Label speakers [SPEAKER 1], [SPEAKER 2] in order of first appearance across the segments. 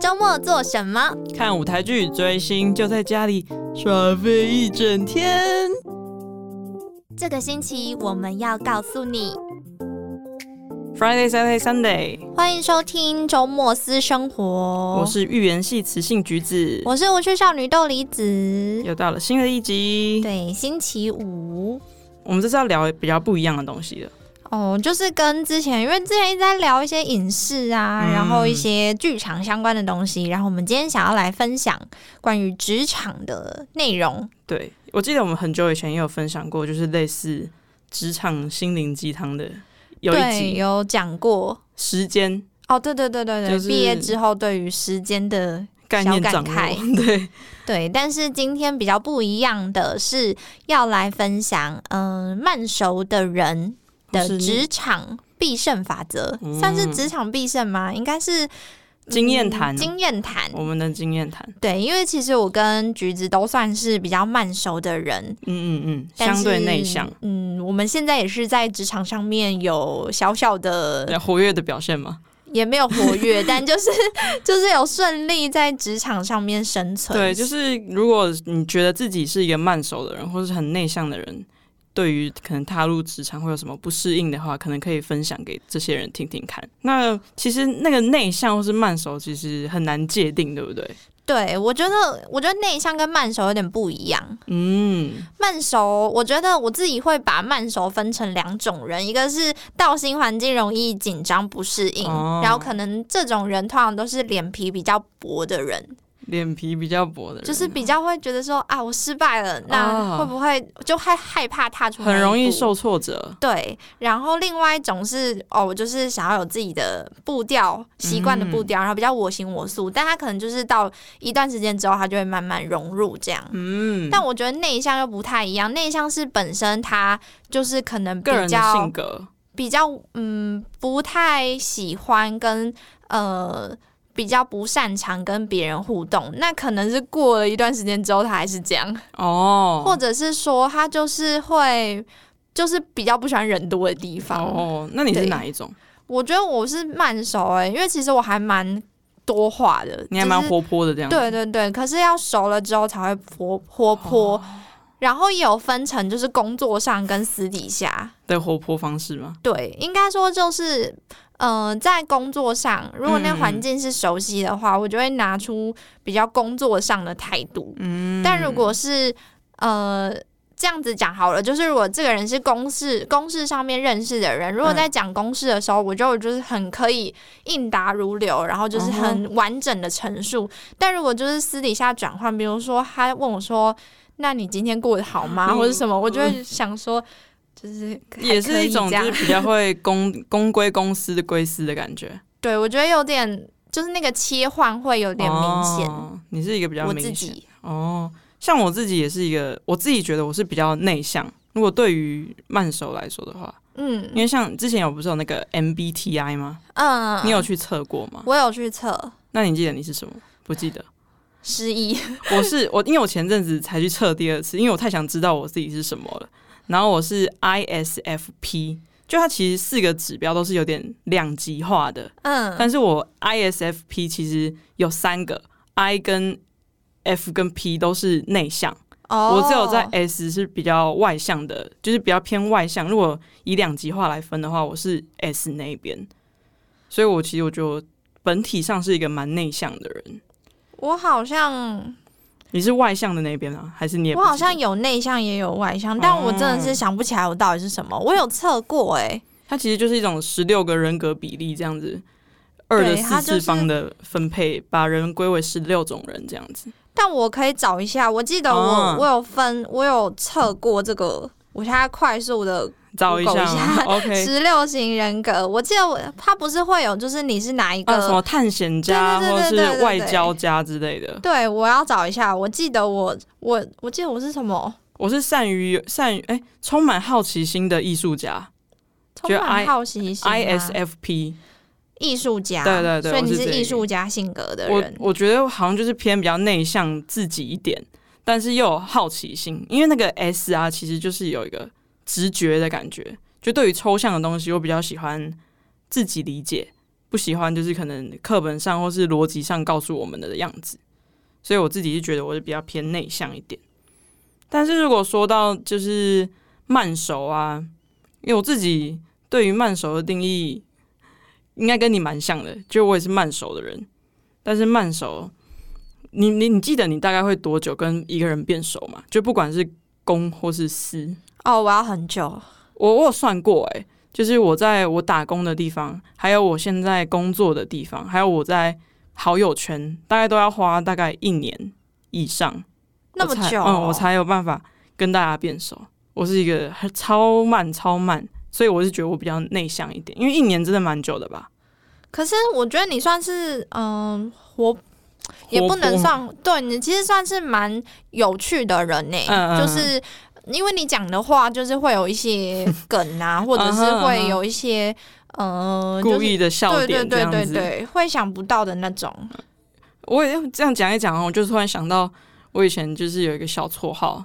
[SPEAKER 1] 周末做什么？
[SPEAKER 2] 看舞台剧、追星，就在家里耍废一整天。
[SPEAKER 1] 这个星期我们要告诉你。
[SPEAKER 2] Friday、Saturday、Sunday，
[SPEAKER 1] 欢迎收听周末私生活，
[SPEAKER 2] 我
[SPEAKER 1] 我
[SPEAKER 2] 是预言系雌性橘子。
[SPEAKER 1] 我是无趣少女豆梨子。
[SPEAKER 2] 又到了新的一集，
[SPEAKER 1] 对，星期五
[SPEAKER 2] 我们这次要聊比较不一样的东西了。
[SPEAKER 1] 哦，就是跟之前，因为之前一直在聊一些影视啊，
[SPEAKER 2] 嗯
[SPEAKER 1] 然后一些剧场相关的东西，然后我们今天想要来分享关于职场的内容。
[SPEAKER 2] 对，我记得我们很久以前也有分享过，就是类似职场心灵鸡汤的有一
[SPEAKER 1] 对，
[SPEAKER 2] 集
[SPEAKER 1] 有讲过。
[SPEAKER 2] 时间
[SPEAKER 1] 哦，对对对对对，
[SPEAKER 2] 就是
[SPEAKER 1] 毕业之后对于时间的
[SPEAKER 2] 概念
[SPEAKER 1] 小
[SPEAKER 2] 掌
[SPEAKER 1] 感
[SPEAKER 2] 握。
[SPEAKER 1] 慨
[SPEAKER 2] 对，
[SPEAKER 1] 对，但是今天比较不一样的是要来分享，嗯、慢熟的人的
[SPEAKER 2] 哦是
[SPEAKER 1] 职场必胜法则，
[SPEAKER 2] 嗯
[SPEAKER 1] 算是职场必胜吗？应该是
[SPEAKER 2] 经验谈啊
[SPEAKER 1] 嗯经验谈。
[SPEAKER 2] 我们的经验谈。
[SPEAKER 1] 对，因为其实我跟橘子都算是比较慢熟的人，
[SPEAKER 2] 嗯嗯嗯，
[SPEAKER 1] 但
[SPEAKER 2] 相对
[SPEAKER 1] 是
[SPEAKER 2] 内向，。
[SPEAKER 1] 嗯，我们现在也是在职场上面有小小的
[SPEAKER 2] 对活跃的表现嘛。
[SPEAKER 1] 也没有活跃，但就是 就是有顺利在职场上面生存。
[SPEAKER 2] 对，就是如果你觉得自己是一个慢熟的人，或是很内向的人，对于可能踏入职场会有什么不适应的话，可能可以分享给这些人听听看。那其实那个内向或是慢熟，其实很难界定，对不对？
[SPEAKER 1] 对我觉得，我觉得内向跟慢熟有点不一样。
[SPEAKER 2] 嗯，
[SPEAKER 1] 慢熟，我觉得我自己会把慢熟分成两种人，一个是到新环境容易紧张不适应，
[SPEAKER 2] 哦
[SPEAKER 1] 然后可能这种人通常都是脸皮比较薄的人，
[SPEAKER 2] 脸皮比较薄的人，
[SPEAKER 1] 就是比较会觉得说啊，我失败了，那
[SPEAKER 2] 嗯哦
[SPEAKER 1] 会不会就害害怕踏出那一
[SPEAKER 2] 很容易
[SPEAKER 1] 步
[SPEAKER 2] 受挫折。
[SPEAKER 1] 对，然后另外一种是哦，我就是想要有自己的步调、习惯的
[SPEAKER 2] 嗯
[SPEAKER 1] 步调，然后比较我行我素。但他可能就是到一段时间之后，他就会慢慢融入这样。
[SPEAKER 2] 嗯，
[SPEAKER 1] 但我觉得内向又不太一样，内向是本身他就是可能比
[SPEAKER 2] 个人的
[SPEAKER 1] 较
[SPEAKER 2] 性格，
[SPEAKER 1] 比较嗯不太喜欢跟呃比较不擅长跟别人互动，那可能是过了一段时间之后他还是这样，
[SPEAKER 2] 哦，
[SPEAKER 1] 或者是说他就是会就是比较不喜欢人多的地方。
[SPEAKER 2] 哦，那你是
[SPEAKER 1] 对
[SPEAKER 2] 哪一种？
[SPEAKER 1] 我觉得我是慢熟哎、因为其实我还蛮多话的，
[SPEAKER 2] 你还蛮
[SPEAKER 1] 就是
[SPEAKER 2] 活泼的这样子。
[SPEAKER 1] 对对对，可是要熟了之后才会活活泼，
[SPEAKER 2] 哦
[SPEAKER 1] 然后也有分成，就是工作上跟私底下。
[SPEAKER 2] 的活泼方式吗？
[SPEAKER 1] 对，应该说就是，呃，在工作上，如果那
[SPEAKER 2] 嗯
[SPEAKER 1] 环境是熟悉的话，我就会拿出比较工作上的态度。
[SPEAKER 2] 嗯，
[SPEAKER 1] 但如果是呃这样子讲好了，就是如果这个人是公事公事上面认识的人，如果
[SPEAKER 2] 嗯
[SPEAKER 1] 在讲公事的时候，我就就是很可以应答如流，然后就是
[SPEAKER 2] 哦
[SPEAKER 1] 很完整的陈述。但如果就是私底下转换，比如说他问我说：“那你今天过得好吗？”
[SPEAKER 2] 嗯
[SPEAKER 1] 或者什么，我就会想说，就是还
[SPEAKER 2] 也
[SPEAKER 1] 可
[SPEAKER 2] 是
[SPEAKER 1] 以
[SPEAKER 2] 一种
[SPEAKER 1] 这
[SPEAKER 2] 就
[SPEAKER 1] 样
[SPEAKER 2] 是比较会公 公归公私的归私的感觉，
[SPEAKER 1] 对我觉得有点就是那个切换会有
[SPEAKER 2] 有
[SPEAKER 1] 点明显。
[SPEAKER 2] 哦。你是一个比较
[SPEAKER 1] 我
[SPEAKER 2] 明
[SPEAKER 1] 自
[SPEAKER 2] 显
[SPEAKER 1] 己
[SPEAKER 2] 哦，像我自己也是一个，我自己觉得我是比较内向。如果对于慢手来说的话，
[SPEAKER 1] 嗯
[SPEAKER 2] 因为像之前有不是有那个 MBTI 吗？
[SPEAKER 1] 嗯，
[SPEAKER 2] 你有去测过吗？
[SPEAKER 1] 我有去测
[SPEAKER 2] 那你记得你是什么？不记 得，
[SPEAKER 1] 失忆，
[SPEAKER 2] 我是我，因为我前阵子才去测第二次，因为我太想知道我自己是什么了。然后我是 ISFP，就它其实四个指标都是有点两极化的，
[SPEAKER 1] 嗯，
[SPEAKER 2] 但是我 ISFP 其实有三个 I 跟 F 跟 P 都是内向，
[SPEAKER 1] 哦，
[SPEAKER 2] 我只有在 S 是比较外向的，就是比较偏外向。如果以两极化来分的话，我是 S 那一边，所以我其实我觉得我本体上是一个蛮内向的人。
[SPEAKER 1] 我好像，
[SPEAKER 2] 你是外向的那一边啊，还是你也不哦
[SPEAKER 1] 我
[SPEAKER 2] 记得？
[SPEAKER 1] 好像有内向也有外向，但我真的是想不起来我到底是什么。我有测过、欸，
[SPEAKER 2] 它其实就是一种十六个人格比例这样子。二的
[SPEAKER 1] 对它
[SPEAKER 2] 四
[SPEAKER 1] 就是
[SPEAKER 2] 次方的分配，把人归为十六种人这样子。
[SPEAKER 1] 但我可以找一下。我记得我、
[SPEAKER 2] 哦
[SPEAKER 1] 我有分，我有测过这个。我现在快速的
[SPEAKER 2] 找一
[SPEAKER 1] Google
[SPEAKER 2] 下
[SPEAKER 1] 一
[SPEAKER 2] 吗
[SPEAKER 1] 下
[SPEAKER 2] ，OK，
[SPEAKER 1] 十六型人格，我记得我它不是会有，就是你是哪一个？
[SPEAKER 2] 呃，什么探险家
[SPEAKER 1] 对对
[SPEAKER 2] 或
[SPEAKER 1] 对
[SPEAKER 2] 者
[SPEAKER 1] 对对
[SPEAKER 2] 是
[SPEAKER 1] 对
[SPEAKER 2] 外交家之类的。
[SPEAKER 1] 对，我要找一下。我记得我我我记得我是什么？
[SPEAKER 2] 我是善于善于哎、充满好奇心的艺术家
[SPEAKER 1] 充
[SPEAKER 2] 觉得
[SPEAKER 1] 满
[SPEAKER 2] I-
[SPEAKER 1] 好奇心吗、啊
[SPEAKER 2] ，ISFP。
[SPEAKER 1] 艺术家，
[SPEAKER 2] 对对对
[SPEAKER 1] 所以你
[SPEAKER 2] 我是这
[SPEAKER 1] 是
[SPEAKER 2] 个
[SPEAKER 1] 艺术家性格的
[SPEAKER 2] 我
[SPEAKER 1] 人。
[SPEAKER 2] 我觉得好像就是偏比较内向自己一点，但是又有好奇心，因为那个 S 啊，其实就是有一个直觉的感觉，就对于抽象的东西，我比较喜欢自己理解。不喜欢就是可能课本上或是逻辑上告诉我们的样子，所以我自己是觉得我是比较偏内向一点。但是如果说到就是慢熟啊，因为我自己对于慢熟的定义应该跟你蛮像的，就我也是慢熟的人。但是慢熟，你你你记得你大概会多久跟一个人变熟吗？就不管是公或是私，
[SPEAKER 1] 哦，我要很久，
[SPEAKER 2] 我我有算过、欸，就是我在我打工的地方，还有我现在工作的地方，还有我在好友圈，大概都要花大概一年以上，
[SPEAKER 1] 那么
[SPEAKER 2] 我才
[SPEAKER 1] 久、哦
[SPEAKER 2] 嗯，我才有办法跟大家变熟。我是一个很超慢超慢，所以我是觉得我比较内向一点，因为一年真的蛮久的吧。
[SPEAKER 1] 可是我觉得你算是嗯活，也
[SPEAKER 2] 活
[SPEAKER 1] 不能
[SPEAKER 2] 泼嘛
[SPEAKER 1] 算对你其实算是蛮有趣的人呢、
[SPEAKER 2] 嗯嗯嗯
[SPEAKER 1] 就是因为你讲的话就是会有一些梗 啊，或者是会有一些呃，就
[SPEAKER 2] 嗯故
[SPEAKER 1] 是
[SPEAKER 2] 意的笑
[SPEAKER 1] 对对
[SPEAKER 2] 点这
[SPEAKER 1] 对
[SPEAKER 2] 样子。
[SPEAKER 1] 对对，会想不到的那种。
[SPEAKER 2] 我也这样讲一讲哦，我就突然想到，我以前就是有一个小绰号，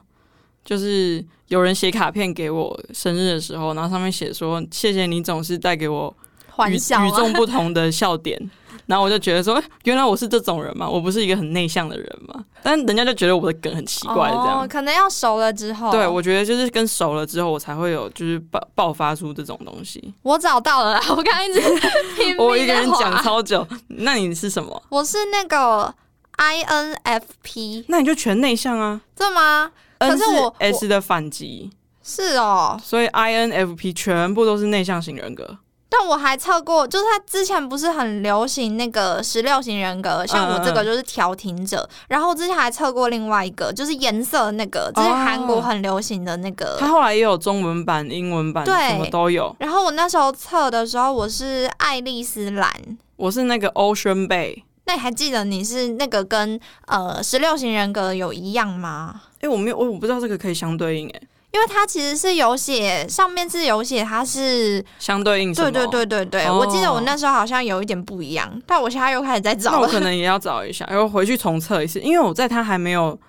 [SPEAKER 2] 就是有人写卡片给我生日的时候，然后上面写说：“谢谢你总是带给我与
[SPEAKER 1] 欢笑
[SPEAKER 2] 与
[SPEAKER 1] 啊，
[SPEAKER 2] 众不同的笑点。”然后我就觉得说，哎原来我是这种人嘛，我不是一个很内向的人嘛。但人家就觉得我的梗很奇怪，这样。
[SPEAKER 1] 哦，可能要熟了之后，
[SPEAKER 2] 对，我觉得就是跟熟了之后，我才会有就是爆爆发出这种东西。
[SPEAKER 1] 我找到了啦，我刚 刚一直拼命地
[SPEAKER 2] 我一个人讲
[SPEAKER 1] 划
[SPEAKER 2] 超久，那你是什么？
[SPEAKER 1] 我是那个 INFP，
[SPEAKER 2] 那你就全内向啊。
[SPEAKER 1] 对吗？可
[SPEAKER 2] N
[SPEAKER 1] 是我
[SPEAKER 2] S 的反击，
[SPEAKER 1] 是哦，
[SPEAKER 2] 所以 INFP 全部都是内向型人格。
[SPEAKER 1] 但我还测过，就是他之前不是很流行那个十六型人格，
[SPEAKER 2] 嗯
[SPEAKER 1] 像我这个就是调停者。然后我之前还测过另外一个，就是颜色那个，就是韩国很流行的那个。
[SPEAKER 2] 哦他后来也有中文版、英文版，
[SPEAKER 1] 呃对
[SPEAKER 2] 什么都有。
[SPEAKER 1] 然后我那时候测的时候，我是爱丽丝蓝。
[SPEAKER 2] 我是那个 Ocean Bay，
[SPEAKER 1] 那你还记得你是那个跟呃十六型人格有一样吗？
[SPEAKER 2] 哎、我没有，我我不知道这个可以相对应、诶，
[SPEAKER 1] 因为它其实是有写，上面是有写它是，
[SPEAKER 2] 相对应什么？
[SPEAKER 1] 对对。对对对，
[SPEAKER 2] 哦
[SPEAKER 1] 我记得我那时候好像有一点不一样，但我现在又开始在
[SPEAKER 2] 那
[SPEAKER 1] 找
[SPEAKER 2] 我
[SPEAKER 1] 了。
[SPEAKER 2] 可能也要找一下，然后回去重测一次，因为我在他还没有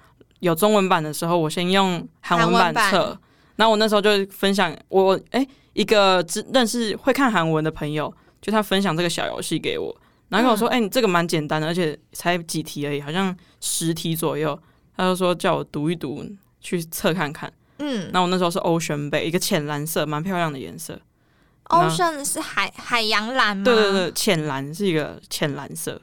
[SPEAKER 2] 有中文版的时候，我先用韩文版
[SPEAKER 1] 韩文
[SPEAKER 2] 测。然后我那时候就分享我哎、一个知认识会看韩文的朋友，就他分享这个小游戏给我，然后跟我说：“哎、你这个蛮简单的，而且才几题而已，好像十题左右。”他就说叫我读一读，去测看看。
[SPEAKER 1] 嗯
[SPEAKER 2] 那我那时候是 Ocean 杯，一个浅蓝色，蛮漂亮的颜色。那
[SPEAKER 1] ，Ocean 是海海洋蓝吗？
[SPEAKER 2] 对对对，浅蓝是一个浅蓝色，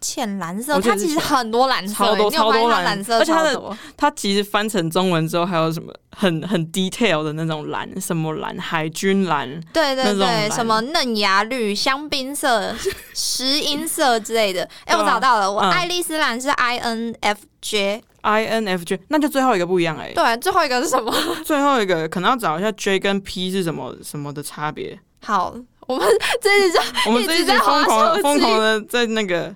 [SPEAKER 1] 浅蓝色，
[SPEAKER 2] 我觉
[SPEAKER 1] 它
[SPEAKER 2] 得是
[SPEAKER 1] 其实很多蓝色、欸，
[SPEAKER 2] 超多
[SPEAKER 1] 你有发现
[SPEAKER 2] 超多
[SPEAKER 1] 它
[SPEAKER 2] 蓝
[SPEAKER 1] 蓝色，
[SPEAKER 2] 而且它的
[SPEAKER 1] 超多
[SPEAKER 2] 它其实翻成中文之后，还有什么很很 detail 的那种蓝，什么蓝，海军蓝，
[SPEAKER 1] 对
[SPEAKER 2] 那
[SPEAKER 1] 对
[SPEAKER 2] 种
[SPEAKER 1] 对，
[SPEAKER 2] 蓝
[SPEAKER 1] 什么嫩芽绿、香槟色、石英色之类 的。哎、
[SPEAKER 2] 对啊
[SPEAKER 1] 我找到了，我
[SPEAKER 2] 嗯
[SPEAKER 1] 爱丽丝蓝是 INFJ，、
[SPEAKER 2] INFJ，那就最后一个不一样哎、
[SPEAKER 1] 对，啊最后一个是什么？
[SPEAKER 2] 最后一个可能要找一下 J 跟 P 是什么什么的差别。
[SPEAKER 1] 好， 我们这是
[SPEAKER 2] 我们
[SPEAKER 1] 一直
[SPEAKER 2] 这一集
[SPEAKER 1] 在
[SPEAKER 2] 疯
[SPEAKER 1] 滑手
[SPEAKER 2] 狂
[SPEAKER 1] 机
[SPEAKER 2] 疯狂的在那个，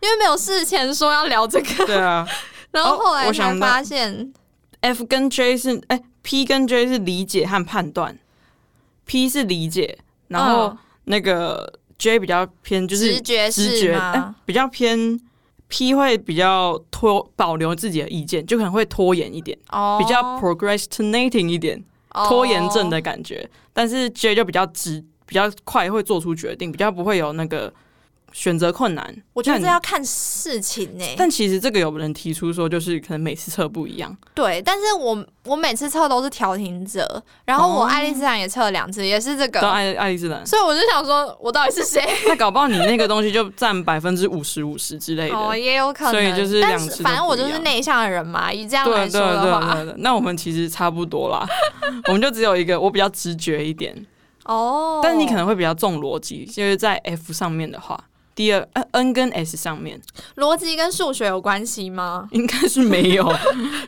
[SPEAKER 1] 因为没有事前说要聊这个，
[SPEAKER 2] 对啊
[SPEAKER 1] 然后后
[SPEAKER 2] 哦
[SPEAKER 1] 来
[SPEAKER 2] 我
[SPEAKER 1] 才
[SPEAKER 2] 想到
[SPEAKER 1] 发现，
[SPEAKER 2] ，F 跟 J 是哎、p 跟 J 是理解和判断，P 是理解，然后
[SPEAKER 1] 嗯
[SPEAKER 2] 那个 J 比较偏就是
[SPEAKER 1] 直觉
[SPEAKER 2] 直
[SPEAKER 1] 是
[SPEAKER 2] 觉，
[SPEAKER 1] 吗？
[SPEAKER 2] 哎、比较偏 P 会比较拖保留自己的意见，就可能会拖延一点，
[SPEAKER 1] 哦，
[SPEAKER 2] 哎比较 procrastinating 一点，拖延症
[SPEAKER 1] 哦
[SPEAKER 2] 的感觉。但是 J 就比较直，比较快会做出决定，比较不会有那个选择困难。
[SPEAKER 1] 我觉得这
[SPEAKER 2] 那你
[SPEAKER 1] 要看事情呢、
[SPEAKER 2] 但其实这个有人提出说，就是可能每次测不一样，
[SPEAKER 1] 对，但是我我每次测都是调停者，然后我
[SPEAKER 2] 哦啊
[SPEAKER 1] 爱丽丝兰也测了两次，也是这个
[SPEAKER 2] 到，爱爱 丽丝兰，
[SPEAKER 1] 所以我就想说，我到底是谁？
[SPEAKER 2] 那搞不好你那个东西就占百分之五十五十之类 的。
[SPEAKER 1] 哦，也有可能，
[SPEAKER 2] 所以就是
[SPEAKER 1] 但
[SPEAKER 2] 两次
[SPEAKER 1] 是
[SPEAKER 2] 都
[SPEAKER 1] 反正我
[SPEAKER 2] 不一
[SPEAKER 1] 就是
[SPEAKER 2] 样
[SPEAKER 1] 内向的人嘛，以这样来
[SPEAKER 2] 对
[SPEAKER 1] 说
[SPEAKER 2] 对
[SPEAKER 1] 的
[SPEAKER 2] 对
[SPEAKER 1] 话，
[SPEAKER 2] 对对，那我们其实差不 多啦，我们就只有一个，我比较直觉一点，
[SPEAKER 1] 哦，
[SPEAKER 2] 但是你可能会比较重逻辑，就是在 F 上面的话，第二呃 N 跟 S 上面
[SPEAKER 1] 逻辑跟数学有关系吗？
[SPEAKER 2] 应该是没 有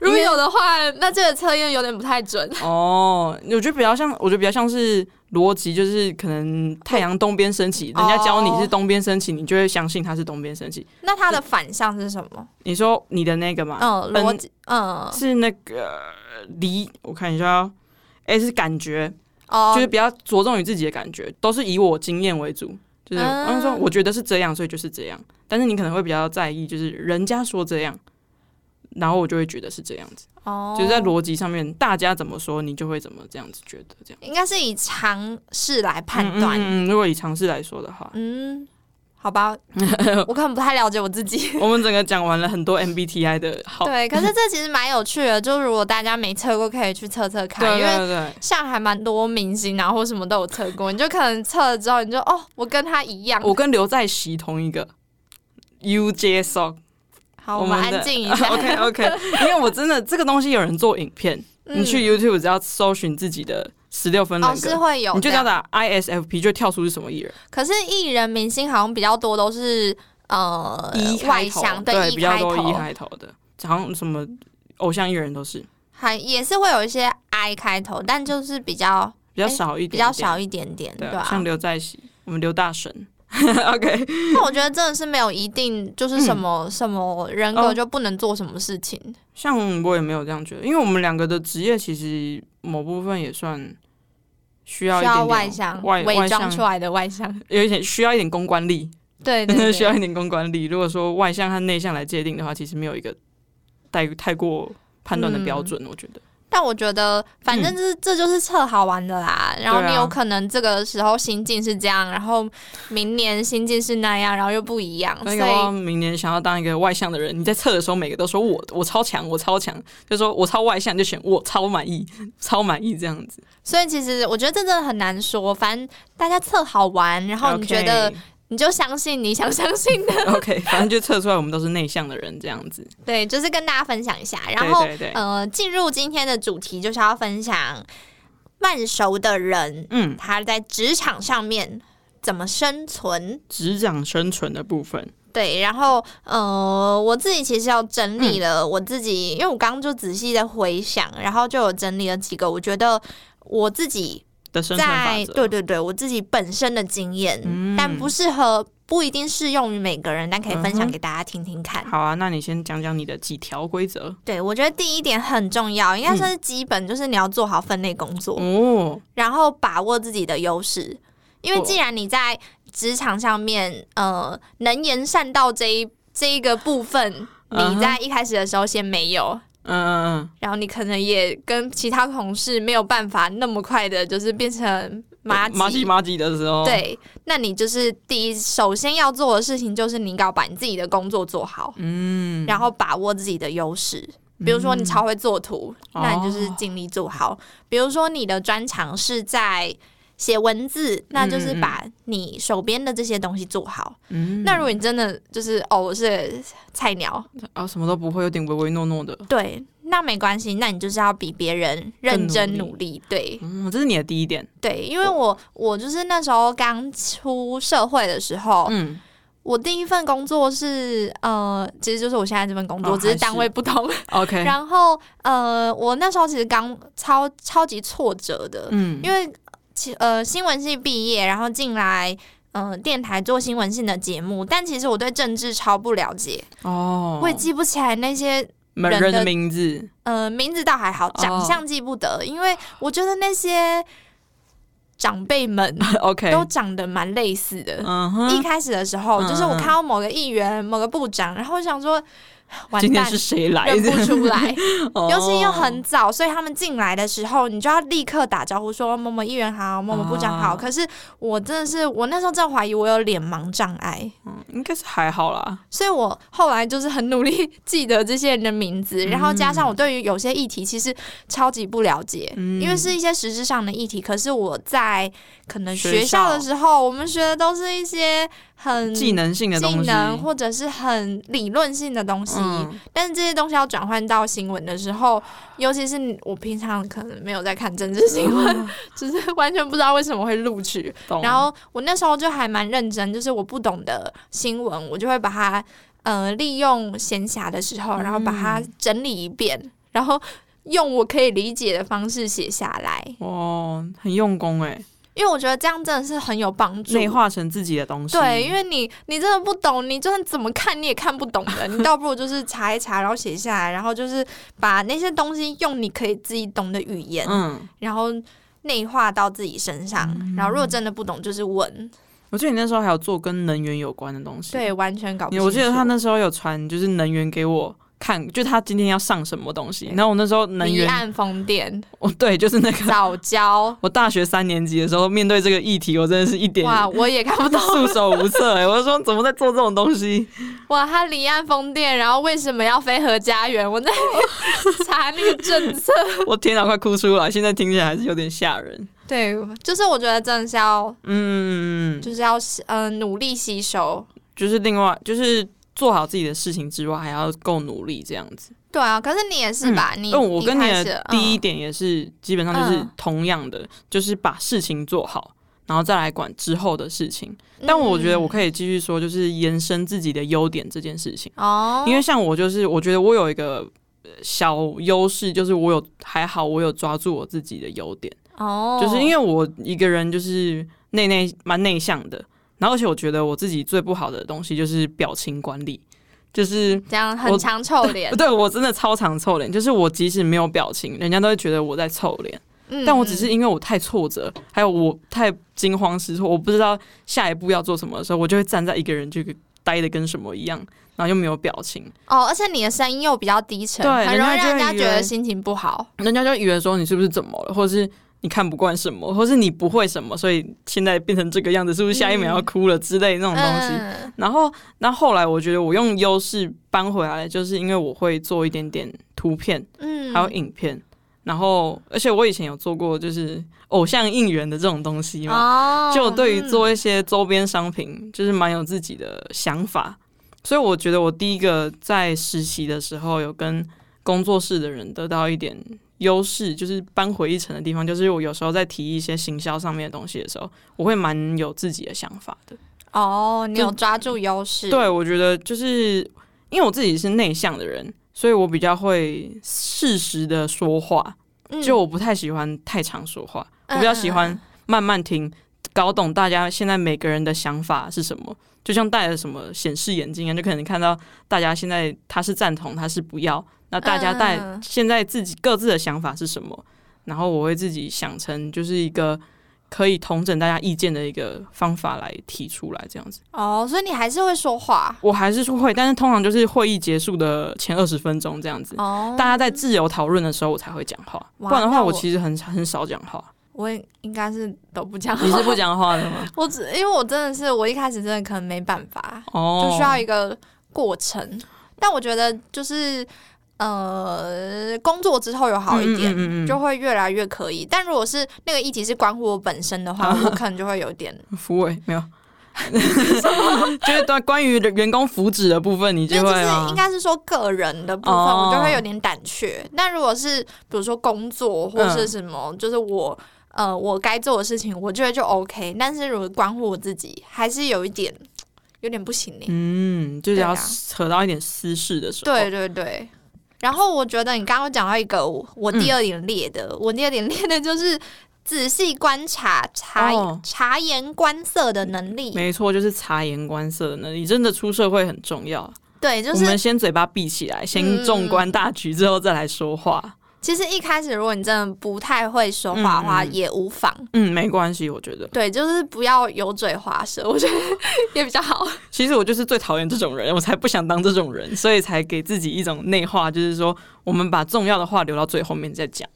[SPEAKER 1] 如果有的话，那这个测验有点不太准。
[SPEAKER 2] 哦。我觉得比较像，我觉得比较像是逻辑，就是可能太阳东边升起，人家教你是东边升起，你就会相信它是东边升起。
[SPEAKER 1] 那它的反向是什么？
[SPEAKER 2] 你说你的那个嘛，
[SPEAKER 1] 嗯，
[SPEAKER 2] N
[SPEAKER 1] 逻辑，嗯，
[SPEAKER 2] 是那个离，我看一下、哦。S 是感觉，
[SPEAKER 1] 哦，
[SPEAKER 2] 就是比较着重于自己的感觉，都是以我经验为主。就是
[SPEAKER 1] 嗯
[SPEAKER 2] 我说，我觉得是这样，所以就是这样。但是你可能会比较在意，就是人家说这样，然后我就会觉得是这样子。
[SPEAKER 1] 哦，
[SPEAKER 2] 就是在逻辑上面，大家怎么说，你就会怎么这样子觉得。这样嗯
[SPEAKER 1] 应该是以尝试来判断。
[SPEAKER 2] 嗯嗯嗯如果以尝试来说的话，
[SPEAKER 1] 嗯，好 吧，我可能不太了解我自己。
[SPEAKER 2] 我们整个讲完了很多 MBTI 的好，
[SPEAKER 1] 对，可是这其实蛮有趣的，就如果大家没测过，可以去测测看，
[SPEAKER 2] 对
[SPEAKER 1] 因为
[SPEAKER 2] 对对，
[SPEAKER 1] 像还蛮多明星啊或什么都有测过，你就可能测了之后，你就哦，我跟他一样。
[SPEAKER 2] 我跟刘在熙同一个 UJ s o
[SPEAKER 1] 好，
[SPEAKER 2] 我
[SPEAKER 1] 我
[SPEAKER 2] 们
[SPEAKER 1] 们
[SPEAKER 2] 的
[SPEAKER 1] 安静一下。
[SPEAKER 2] OK OK，因 为我真的这个东西有人做影片，
[SPEAKER 1] 嗯
[SPEAKER 2] 你去 YouTube 只要搜寻自己的十六分
[SPEAKER 1] 哦，
[SPEAKER 2] 人
[SPEAKER 1] 是
[SPEAKER 2] 格，
[SPEAKER 1] 会有
[SPEAKER 2] 你
[SPEAKER 1] 这
[SPEAKER 2] 就只要
[SPEAKER 1] 样，
[SPEAKER 2] 打 ISFP 就会跳出是什么艺人，
[SPEAKER 1] 可是艺人明星好像比较多都是呃
[SPEAKER 2] 一开
[SPEAKER 1] 外
[SPEAKER 2] 头
[SPEAKER 1] 向，
[SPEAKER 2] 对，
[SPEAKER 1] 一
[SPEAKER 2] 比较
[SPEAKER 1] 开
[SPEAKER 2] 多一
[SPEAKER 1] 头，
[SPEAKER 2] 开头的，好像什么偶像艺人都是
[SPEAKER 1] 还也是会有一些 I 开头，但就是比较
[SPEAKER 2] 比较
[SPEAKER 1] 哎
[SPEAKER 2] 少一点点，
[SPEAKER 1] 比较少一点点，
[SPEAKER 2] 对
[SPEAKER 1] 对
[SPEAKER 2] 啊，
[SPEAKER 1] 吧、
[SPEAKER 2] 像刘在熙，我们刘大神 ，OK，
[SPEAKER 1] 那我觉得真的是没有一定，就是什么、什么人
[SPEAKER 2] 嗯哦
[SPEAKER 1] 格就不能做什么事情。
[SPEAKER 2] 像我也没有这样觉得，因为我们两个的职业其实某部分也算需要一
[SPEAKER 1] 需
[SPEAKER 2] 点
[SPEAKER 1] 要
[SPEAKER 2] 点
[SPEAKER 1] 外向，
[SPEAKER 2] 外外
[SPEAKER 1] 伪
[SPEAKER 2] 向
[SPEAKER 1] 装出来的外 向。
[SPEAKER 2] 有一点需要一点公关力，
[SPEAKER 1] 对对
[SPEAKER 2] 真
[SPEAKER 1] 对，
[SPEAKER 2] 的需要一点公关力。如果说外向和内向来界定的话，其实没有一个太太过判断的标准，
[SPEAKER 1] 嗯
[SPEAKER 2] 我觉得。
[SPEAKER 1] 但我觉得，反正这、这就是测好玩的啦。然后
[SPEAKER 2] 嗯对啊
[SPEAKER 1] 你有可能这个时候心境是这样，然后明年心境是那样，然后又不一样。哦所
[SPEAKER 2] 那个
[SPEAKER 1] 以
[SPEAKER 2] 明年想要当一个外向的人，你在测的时候，每个都说我我超强，我超强，就说我超外向，就选我超满意，超满意这样子。
[SPEAKER 1] 所以其实我觉得这真的很难说。反正大家测好玩，然后你
[SPEAKER 2] OK
[SPEAKER 1] 觉得你就相信你想相信的，
[SPEAKER 2] OK，反正就测出来我们都是内向的人这样子。
[SPEAKER 1] 对，就是跟大家分享一下。然后
[SPEAKER 2] 对对对
[SPEAKER 1] 呃，进入今天的主题，就是要分享慢熟的人
[SPEAKER 2] 嗯，
[SPEAKER 1] 他在职场上面怎么生存。
[SPEAKER 2] 职场生存的部分，
[SPEAKER 1] 对，然后呃，我自己其实要整理了我自己，因为我刚刚就仔细的回想，然后就有整理了几个，我觉得我自己
[SPEAKER 2] 的生存法
[SPEAKER 1] 在
[SPEAKER 2] 则，嗯
[SPEAKER 1] 对对对，我自己本身的经验，但不适合，不一定适用于每个人，但可以分
[SPEAKER 2] 嗯
[SPEAKER 1] 享
[SPEAKER 2] 哼
[SPEAKER 1] 给大家听听看。
[SPEAKER 2] 好啊，那你先讲讲你的几条规则
[SPEAKER 1] 对，我觉得第一点很重要，应该
[SPEAKER 2] 嗯
[SPEAKER 1] 算是基本，就是你要做好分类工作，
[SPEAKER 2] 哦。
[SPEAKER 1] 然后把握自己的优势，因为
[SPEAKER 2] 哦
[SPEAKER 1] 既然你在职场上面，呃，能言善道这一这一个部分，
[SPEAKER 2] 嗯哼
[SPEAKER 1] 你在一开始的时候先没有。
[SPEAKER 2] 嗯嗯
[SPEAKER 1] 然后你可能也跟其他同事没有办法那么快的，就是变成
[SPEAKER 2] 嗯，
[SPEAKER 1] 麻
[SPEAKER 2] 麻吉麻吉的时候，，
[SPEAKER 1] 对，那你就是第一首先要做的事情就是你应该要把你自己的工作做好，
[SPEAKER 2] 嗯，
[SPEAKER 1] 然后把握自己的优势。比如说你超会做图，
[SPEAKER 2] 哦
[SPEAKER 1] 那你就是尽力做好。比如说你的专长是在写文字，那就是把你手边的这些东西做好。
[SPEAKER 2] 嗯，
[SPEAKER 1] 那如果你真的就是哦，我是菜鸟，
[SPEAKER 2] 啊什么都不会，有点唯唯诺诺的，
[SPEAKER 1] 对，那没关系，那你就是要比别人认
[SPEAKER 2] 更
[SPEAKER 1] 真
[SPEAKER 2] 努力
[SPEAKER 1] 努力，对。
[SPEAKER 2] 嗯，这是你的第一点，
[SPEAKER 1] 对，因为我我就是那时候刚出社会的时候，
[SPEAKER 2] 嗯，
[SPEAKER 1] 我第一份工作是呃，其实就是我现在这份工作，
[SPEAKER 2] 哦
[SPEAKER 1] 只是
[SPEAKER 2] 还是
[SPEAKER 1] 单位不同。
[SPEAKER 2] OK，
[SPEAKER 1] 然后呃，我那时候其实刚超超级挫折的，
[SPEAKER 2] 嗯，
[SPEAKER 1] 因为其呃新闻系毕业，然后进来。嗯、电台做新闻性的节目，但其实我对政治超不了解，
[SPEAKER 2] 哦，
[SPEAKER 1] 我也记不起来那些
[SPEAKER 2] 每
[SPEAKER 1] 人
[SPEAKER 2] 人的
[SPEAKER 1] 的
[SPEAKER 2] 名 字，
[SPEAKER 1] 呃名字倒还好，长
[SPEAKER 2] 哦
[SPEAKER 1] 相记不得，因为我觉得那些长辈们
[SPEAKER 2] OK，
[SPEAKER 1] 都长得蛮类似的。
[SPEAKER 2] 嗯
[SPEAKER 1] 一
[SPEAKER 2] 哼，
[SPEAKER 1] 开始的时候，就是我
[SPEAKER 2] 嗯嗯
[SPEAKER 1] 看到某个议员、某个部长，然后我想说，完
[SPEAKER 2] 今天
[SPEAKER 1] 蛋
[SPEAKER 2] 是，谁来
[SPEAKER 1] 认不
[SPEAKER 2] 的？
[SPEAKER 1] 出来。
[SPEAKER 2] 哦
[SPEAKER 1] 尤其又很早，所以他们进来的时候，你就要立刻打招呼说“某某议员好，某某部长好”
[SPEAKER 2] 啊
[SPEAKER 1] 可是我真的是，我那时候真的怀疑我有脸盲障碍，
[SPEAKER 2] 嗯应该是还好啦，
[SPEAKER 1] 所以我后来就是很努力 记得这些人的名字，然后加上我对于有些议题其实超级不了解，
[SPEAKER 2] 嗯
[SPEAKER 1] 因为是一些实质上的议题。可是我在可能
[SPEAKER 2] 学
[SPEAKER 1] 学
[SPEAKER 2] 校
[SPEAKER 1] 校的时候，我们学的都是一些很
[SPEAKER 2] 技能性的
[SPEAKER 1] 嗯技
[SPEAKER 2] 东西，
[SPEAKER 1] 能或者是很理论性的东西，
[SPEAKER 2] 嗯
[SPEAKER 1] 但是这些东西要转换到新闻的时候，尤其是我平常可能没有在看政治新闻， 就是完全不知道为什么会录取。
[SPEAKER 2] 懂
[SPEAKER 1] 然后我那时候就还蛮认真，就是我不懂的新闻，我就会把它呃利用闲暇的时候，然后把它整理一遍，然后用我可以理解的方式写下来，
[SPEAKER 2] 哦，很用功哎，
[SPEAKER 1] 因为我觉得这样真的是很有帮助。
[SPEAKER 2] 内化成自己的东西，
[SPEAKER 1] 对，因为你你真的不懂，你就算怎么看你也看不懂的， 你倒不如就是查一查，然后写下来，然后就是把那些东西用你可以自己懂的语言，
[SPEAKER 2] 嗯。
[SPEAKER 1] 然后内化到自己身上。然后如果真的不懂，就是问。
[SPEAKER 2] 我记得你那时候还有做跟能源有关的东西。
[SPEAKER 1] 对，完全搞不
[SPEAKER 2] 你，
[SPEAKER 1] 清楚。
[SPEAKER 2] 我记得他那时候有传就是能源给我看，就他今天要上什么东西。然后我那时候能
[SPEAKER 1] 离
[SPEAKER 2] 源，
[SPEAKER 1] 岸风电、
[SPEAKER 2] 哦， 对，就是 那个。
[SPEAKER 1] 早教，
[SPEAKER 2] 我大学三年级的时候，面对这个议题，我真的是一点
[SPEAKER 1] 哇，我也看不懂。
[SPEAKER 2] 束手无策、欸。我就说，怎么在做这种东西？
[SPEAKER 1] 哇，它离岸风电，然后为什么要飞合家园？我在 查那个政 策。
[SPEAKER 2] 我天哪，快哭出来！现在听起来还是有点吓人。
[SPEAKER 1] 对，就是我觉得真的是要，
[SPEAKER 2] 嗯，
[SPEAKER 1] 就是要嗯、呃努力吸收。
[SPEAKER 2] 就是另外，就是做好自己的事情之外，还要够努力这样子。
[SPEAKER 1] 对啊，可是你也是吧？你
[SPEAKER 2] 嗯，我跟你
[SPEAKER 1] 开始
[SPEAKER 2] 的第一
[SPEAKER 1] 嗯
[SPEAKER 2] 点也是，基本上就是
[SPEAKER 1] 嗯
[SPEAKER 2] 同样的，就是把事情做好，然后再来管之后的事情。
[SPEAKER 1] 嗯
[SPEAKER 2] 但我觉得我可以继续说，就是延伸自己的优点这件事情。
[SPEAKER 1] 嗯哦，
[SPEAKER 2] 因为像我就是，我觉得我有一个呃小优势，就是我有还好，我有抓住我自己的优点，
[SPEAKER 1] 哦，
[SPEAKER 2] 就是因为我一个人就是内内蛮内向的，然后而且我觉得我自己最不好的东西就是表情管理，就是。
[SPEAKER 1] 这样很常臭脸
[SPEAKER 2] 不，对，我真的超常臭脸，就是我即使没有表情，人家都会觉得我在臭脸。
[SPEAKER 1] 嗯
[SPEAKER 2] 但我只是
[SPEAKER 1] 嗯
[SPEAKER 2] 因为我太挫折，还有我太惊慌失措，我不知道下一步要做什么的时候，我就会站在一个人就呆的跟什么一样，然后又没有表情，
[SPEAKER 1] 哦，而且你的声音又比较低沉，
[SPEAKER 2] 对
[SPEAKER 1] 很容易
[SPEAKER 2] 人
[SPEAKER 1] 让
[SPEAKER 2] 家就
[SPEAKER 1] 人家
[SPEAKER 2] 会以
[SPEAKER 1] 觉
[SPEAKER 2] 为
[SPEAKER 1] 得心情不好。
[SPEAKER 2] 人家就以为说你是不是怎么了，或者是你看不惯什么，或是你不会什么，所以现在变成这个样子，是不是下一秒要哭了之类那种东西？
[SPEAKER 1] 嗯，
[SPEAKER 2] 然后，那后来我觉得我用优势搬回来，就是因为我会做一点点图片，
[SPEAKER 1] 嗯
[SPEAKER 2] 还有影片，然后而且我以前有做过就是偶像应援的这种东西嘛，
[SPEAKER 1] 哦，
[SPEAKER 2] 就我对于
[SPEAKER 1] 嗯
[SPEAKER 2] 做一些周边商品，就是蛮有自己的想法。所以我觉得我第一个在实习的时候，有跟工作室的人得到一点优势，就是扳回一城的地方，就是我有时候在提一些行销上面的东西的时候，我会蛮有自己的想法的。
[SPEAKER 1] 哦，你有抓住优势，
[SPEAKER 2] 对，我觉得就是因为我自己是内向的人，所以我比较会适时的说话，
[SPEAKER 1] 嗯，
[SPEAKER 2] 就我不太喜欢太常说话，我
[SPEAKER 1] 嗯
[SPEAKER 2] 比较喜
[SPEAKER 1] 嗯
[SPEAKER 2] 欢慢慢听，搞懂大家现在每个人的想法是什么。就像戴了什么显示眼镜一样，就可能看到大家现在他是赞同，他是不要。那大家带
[SPEAKER 1] 嗯
[SPEAKER 2] 现在自己各自的想法是什么？然后我会自己想成就是一个可以统整大家意见的一个方法来提出来，这样子。
[SPEAKER 1] 哦，所以你还是会说话
[SPEAKER 2] 我还是说会，但是通常就是会议结束的前二十分钟这样子，
[SPEAKER 1] 哦。
[SPEAKER 2] 大家在自由讨论的时候我才会讲话，不
[SPEAKER 1] 哇
[SPEAKER 2] 然的话
[SPEAKER 1] 那
[SPEAKER 2] 我
[SPEAKER 1] 我
[SPEAKER 2] 其实很很少讲话。
[SPEAKER 1] 我也应该是都不讲，
[SPEAKER 2] 你是不讲话的吗？
[SPEAKER 1] 我只因为我真的是我一开始真的可能没办法，
[SPEAKER 2] 哦，
[SPEAKER 1] 就需要一个过程。但我觉得就是呃，工作之后有好一点，
[SPEAKER 2] 嗯嗯嗯嗯
[SPEAKER 1] 就会越来越可以。但如果是那个议题是关乎我本身的 话，我可能就会有点
[SPEAKER 2] 服委没有， 就是关关于员工福祉的部分，你
[SPEAKER 1] 因
[SPEAKER 2] 就
[SPEAKER 1] 为就是
[SPEAKER 2] 会吗
[SPEAKER 1] 应？该是说个人的部分，
[SPEAKER 2] 哦
[SPEAKER 1] 我就会有点胆怯。但如果是比如说工作或是什么，
[SPEAKER 2] 嗯
[SPEAKER 1] 就是我呃我该做的事情，我觉得就 OK。但是如果关乎我自己，还是有一点有点不行呢、欸
[SPEAKER 2] 嗯，就是要
[SPEAKER 1] 对啊
[SPEAKER 2] 扯到一点私事的时候。
[SPEAKER 1] 对，对对。然后我觉得你刚刚讲到一个我我
[SPEAKER 2] 嗯
[SPEAKER 1] 第二点列的，我第二点列的就是仔细观察、察、
[SPEAKER 2] 哦
[SPEAKER 1] 察言观色的能力。
[SPEAKER 2] 没错，就是察言观色的能力，真的出社会很重要。
[SPEAKER 1] 对，就
[SPEAKER 2] 我们
[SPEAKER 1] 是
[SPEAKER 2] 先嘴巴闭起来，先
[SPEAKER 1] 嗯
[SPEAKER 2] 纵观大局之后再来说话。
[SPEAKER 1] 其实一开始如果你真的不太会说话的话，
[SPEAKER 2] 嗯嗯
[SPEAKER 1] 也无妨。
[SPEAKER 2] 嗯，没关系，我觉得。
[SPEAKER 1] 对，就是不要油嘴滑舌，我觉得也比较好。
[SPEAKER 2] 其实我就是最讨厌这种人，我才不想当这 种人，所以才给自己一种内化，就是说我们把重要的话留到最后面再讲。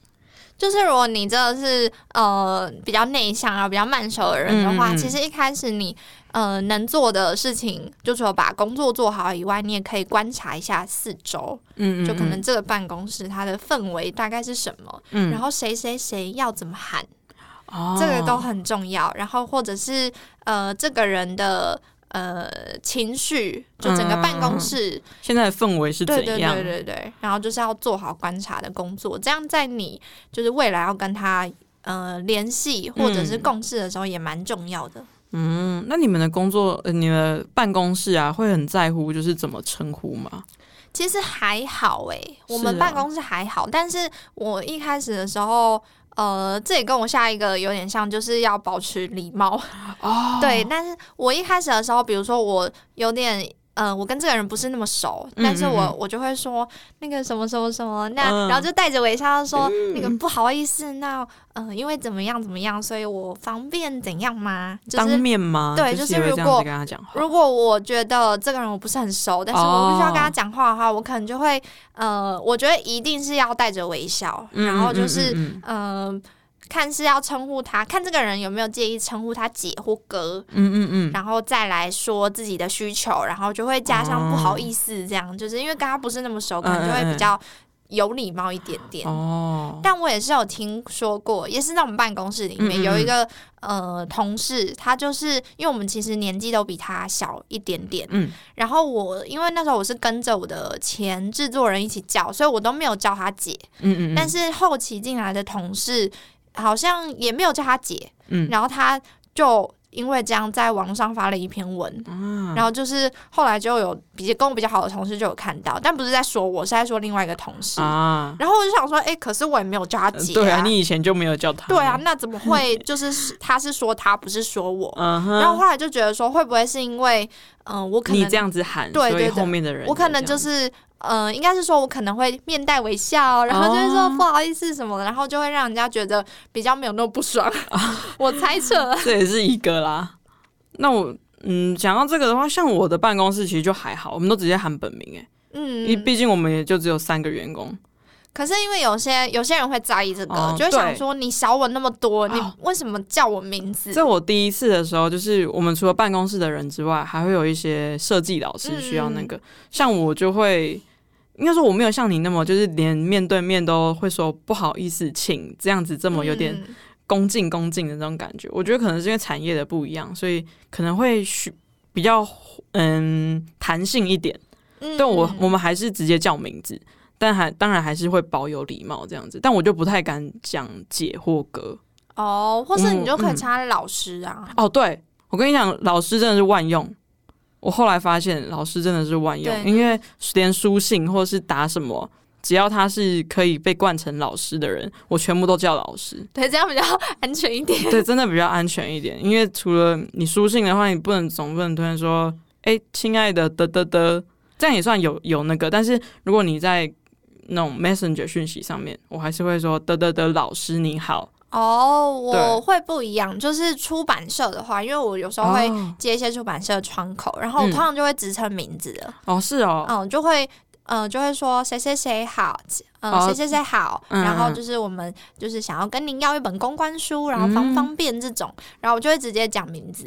[SPEAKER 1] 就是如果你真的是呃比较内向啊、比较慢熟的人的话，
[SPEAKER 2] 嗯嗯嗯
[SPEAKER 1] 其实一开始你呃能做的事情，就除了把工作做好以外，你也可以观察一下四周，
[SPEAKER 2] 嗯
[SPEAKER 1] 就可能这个办公室它的氛围大概是什么，
[SPEAKER 2] 嗯
[SPEAKER 1] 然后谁谁谁要怎么喊，
[SPEAKER 2] 哦
[SPEAKER 1] 这个都很重要。然后或者是呃这个人的。呃，情绪就整个办
[SPEAKER 2] 嗯
[SPEAKER 1] 公室
[SPEAKER 2] 现在的氛围是怎
[SPEAKER 1] 对对
[SPEAKER 2] 样？
[SPEAKER 1] 对对对，然后就是要做好观察的工作，这样在你就是未来要跟他呃联系或者是
[SPEAKER 2] 嗯
[SPEAKER 1] 共事的时候也蛮重要的。
[SPEAKER 2] 嗯，那你们的工作、呃你们的办公室啊，会很在乎就是怎么称呼吗？
[SPEAKER 1] 其实还好诶、我
[SPEAKER 2] 是
[SPEAKER 1] 们
[SPEAKER 2] 啊
[SPEAKER 1] 办公室还好，但是我一开始的时候。呃，这也跟我下一个有点像，就是要保持礼貌。
[SPEAKER 2] 哦，
[SPEAKER 1] 对，但是我一开始的时候，比如说我有点呃，我跟这个人不是那么熟，但是我
[SPEAKER 2] 嗯嗯
[SPEAKER 1] 我就会说那个什么什么什么，那、
[SPEAKER 2] 嗯
[SPEAKER 1] 然后就带着微笑说、那个不好意思，那呃，因为怎么样怎么样，所以我方便怎样吗？就
[SPEAKER 2] 当
[SPEAKER 1] 是
[SPEAKER 2] 面吗？
[SPEAKER 1] 对
[SPEAKER 2] 就
[SPEAKER 1] 就是
[SPEAKER 2] 也会
[SPEAKER 1] 如
[SPEAKER 2] 这样
[SPEAKER 1] 果
[SPEAKER 2] 子跟他讲话。
[SPEAKER 1] 如果我觉得这个人我不是很熟，但是
[SPEAKER 2] 哦
[SPEAKER 1] 我必须要跟他讲话的话，我可能就会呃，我觉得一定是要带着微笑，
[SPEAKER 2] 嗯
[SPEAKER 1] 然后就是
[SPEAKER 2] 嗯嗯嗯嗯
[SPEAKER 1] 嗯、呃看是要称呼他，看这个人有没有介意称呼他姐或哥，
[SPEAKER 2] 嗯嗯嗯，
[SPEAKER 1] 然后再来说自己的需求，然后就会加
[SPEAKER 2] 哦
[SPEAKER 1] 上不好意思，这样、就是因为跟他不是那么熟，
[SPEAKER 2] 嗯
[SPEAKER 1] 可能就会比较有礼貌一点点。
[SPEAKER 2] 哦，
[SPEAKER 1] 但我也是有听说过，也是在我们办公室里面
[SPEAKER 2] 嗯嗯嗯
[SPEAKER 1] 有一个呃同事，他就是因为我们其实年纪都比他小一点点，
[SPEAKER 2] 嗯
[SPEAKER 1] 然后我因为那时候我是跟着我的前制作人一起叫，所以我都没有叫他姐，
[SPEAKER 2] 嗯嗯，
[SPEAKER 1] 但是后期进来的同事好像也没有叫他姐，
[SPEAKER 2] 嗯
[SPEAKER 1] 然后他就因为这样在网上发了一篇文，
[SPEAKER 2] 啊
[SPEAKER 1] 然后就是后来就有比较跟我比较好的同事就有看到，但不是在说我，是在说另外一个同事。
[SPEAKER 2] 啊，
[SPEAKER 1] 然后我就想说，哎、可是我也没有叫他姐、
[SPEAKER 2] 对啊，你嗯以前就没有叫他，
[SPEAKER 1] 对啊，，那怎么 会就是他是说他，不是说我？
[SPEAKER 2] 嗯哼，
[SPEAKER 1] 然后后来就觉得说，会不会是因为，嗯、我可
[SPEAKER 2] 你
[SPEAKER 1] 能
[SPEAKER 2] 这样子喊，
[SPEAKER 1] 对
[SPEAKER 2] 所以
[SPEAKER 1] 对对
[SPEAKER 2] 后面的人也这样，
[SPEAKER 1] 我可能就是，呃，应该是说我可能会面带微笑，然后就会说
[SPEAKER 2] 哦
[SPEAKER 1] 不好意思什么的，然后就会让人家觉得比较没有那么不爽。 我猜测，
[SPEAKER 2] 这也是一个啦。那我嗯，讲到这个的话，像我的办公室其实就还好，我们都直接喊本名哎、因为
[SPEAKER 1] 嗯，
[SPEAKER 2] 毕竟我们也就只有三个员工，
[SPEAKER 1] 可是因为有些有些人会在意这个，
[SPEAKER 2] 哦
[SPEAKER 1] 就会想
[SPEAKER 2] 对
[SPEAKER 1] 说你小我那么多，你
[SPEAKER 2] 哦
[SPEAKER 1] 为什么叫我名字？
[SPEAKER 2] 在我第一次的时候，就是我们除了办公室的人之外，还会有一些设计老师需要
[SPEAKER 1] 嗯
[SPEAKER 2] 那个，像我就会。应该说我没有像你那么，就是连面对面都会说不好意思，请这样子这么有点
[SPEAKER 1] 嗯
[SPEAKER 2] 恭敬恭敬的那种感觉。我觉得可能是因为产业的不一样，所以可能会需比较嗯弹性一点。
[SPEAKER 1] 嗯
[SPEAKER 2] 但我
[SPEAKER 1] 嗯
[SPEAKER 2] 我们还是直接叫名字，但还当然还是会保有礼貌这样子。但我就不太敢讲姐或哥。
[SPEAKER 1] 哦，或是
[SPEAKER 2] 嗯
[SPEAKER 1] 你就可以
[SPEAKER 2] 嗯
[SPEAKER 1] 称他老师啊，
[SPEAKER 2] 哦，对我跟你讲，老师真的是万用。我后来发现，老师真的是万用，
[SPEAKER 1] 对
[SPEAKER 2] 因为连书信或是打什么，只要他是可以被冠成老师的人，我全部都叫老 师。
[SPEAKER 1] 对，这样比较安全一点。
[SPEAKER 2] 对，真的比较安全一点，因为除了你书信的话，你不能总不能突然说，哎、亲爱的，的的的，这样也算有有那个。但是如果你在那种 Messenger 讯息上面，我还是会说的的的老师你好，
[SPEAKER 1] 哦，
[SPEAKER 2] 对
[SPEAKER 1] 我会不一样，就是出版社的话，因为我有时候会
[SPEAKER 2] 哦
[SPEAKER 1] 接一些出版社的窗口，然后我
[SPEAKER 2] 嗯
[SPEAKER 1] 通常就会直称名字的，
[SPEAKER 2] 哦是哦，
[SPEAKER 1] 嗯，就会嗯、呃就会说谁谁谁好，嗯、
[SPEAKER 2] 哦
[SPEAKER 1] 谁谁谁好，
[SPEAKER 2] 嗯
[SPEAKER 1] 然后就是我们就是想要跟您要一本公关书，然后方
[SPEAKER 2] 嗯
[SPEAKER 1] 不方便这种，然后我就会直接讲名字。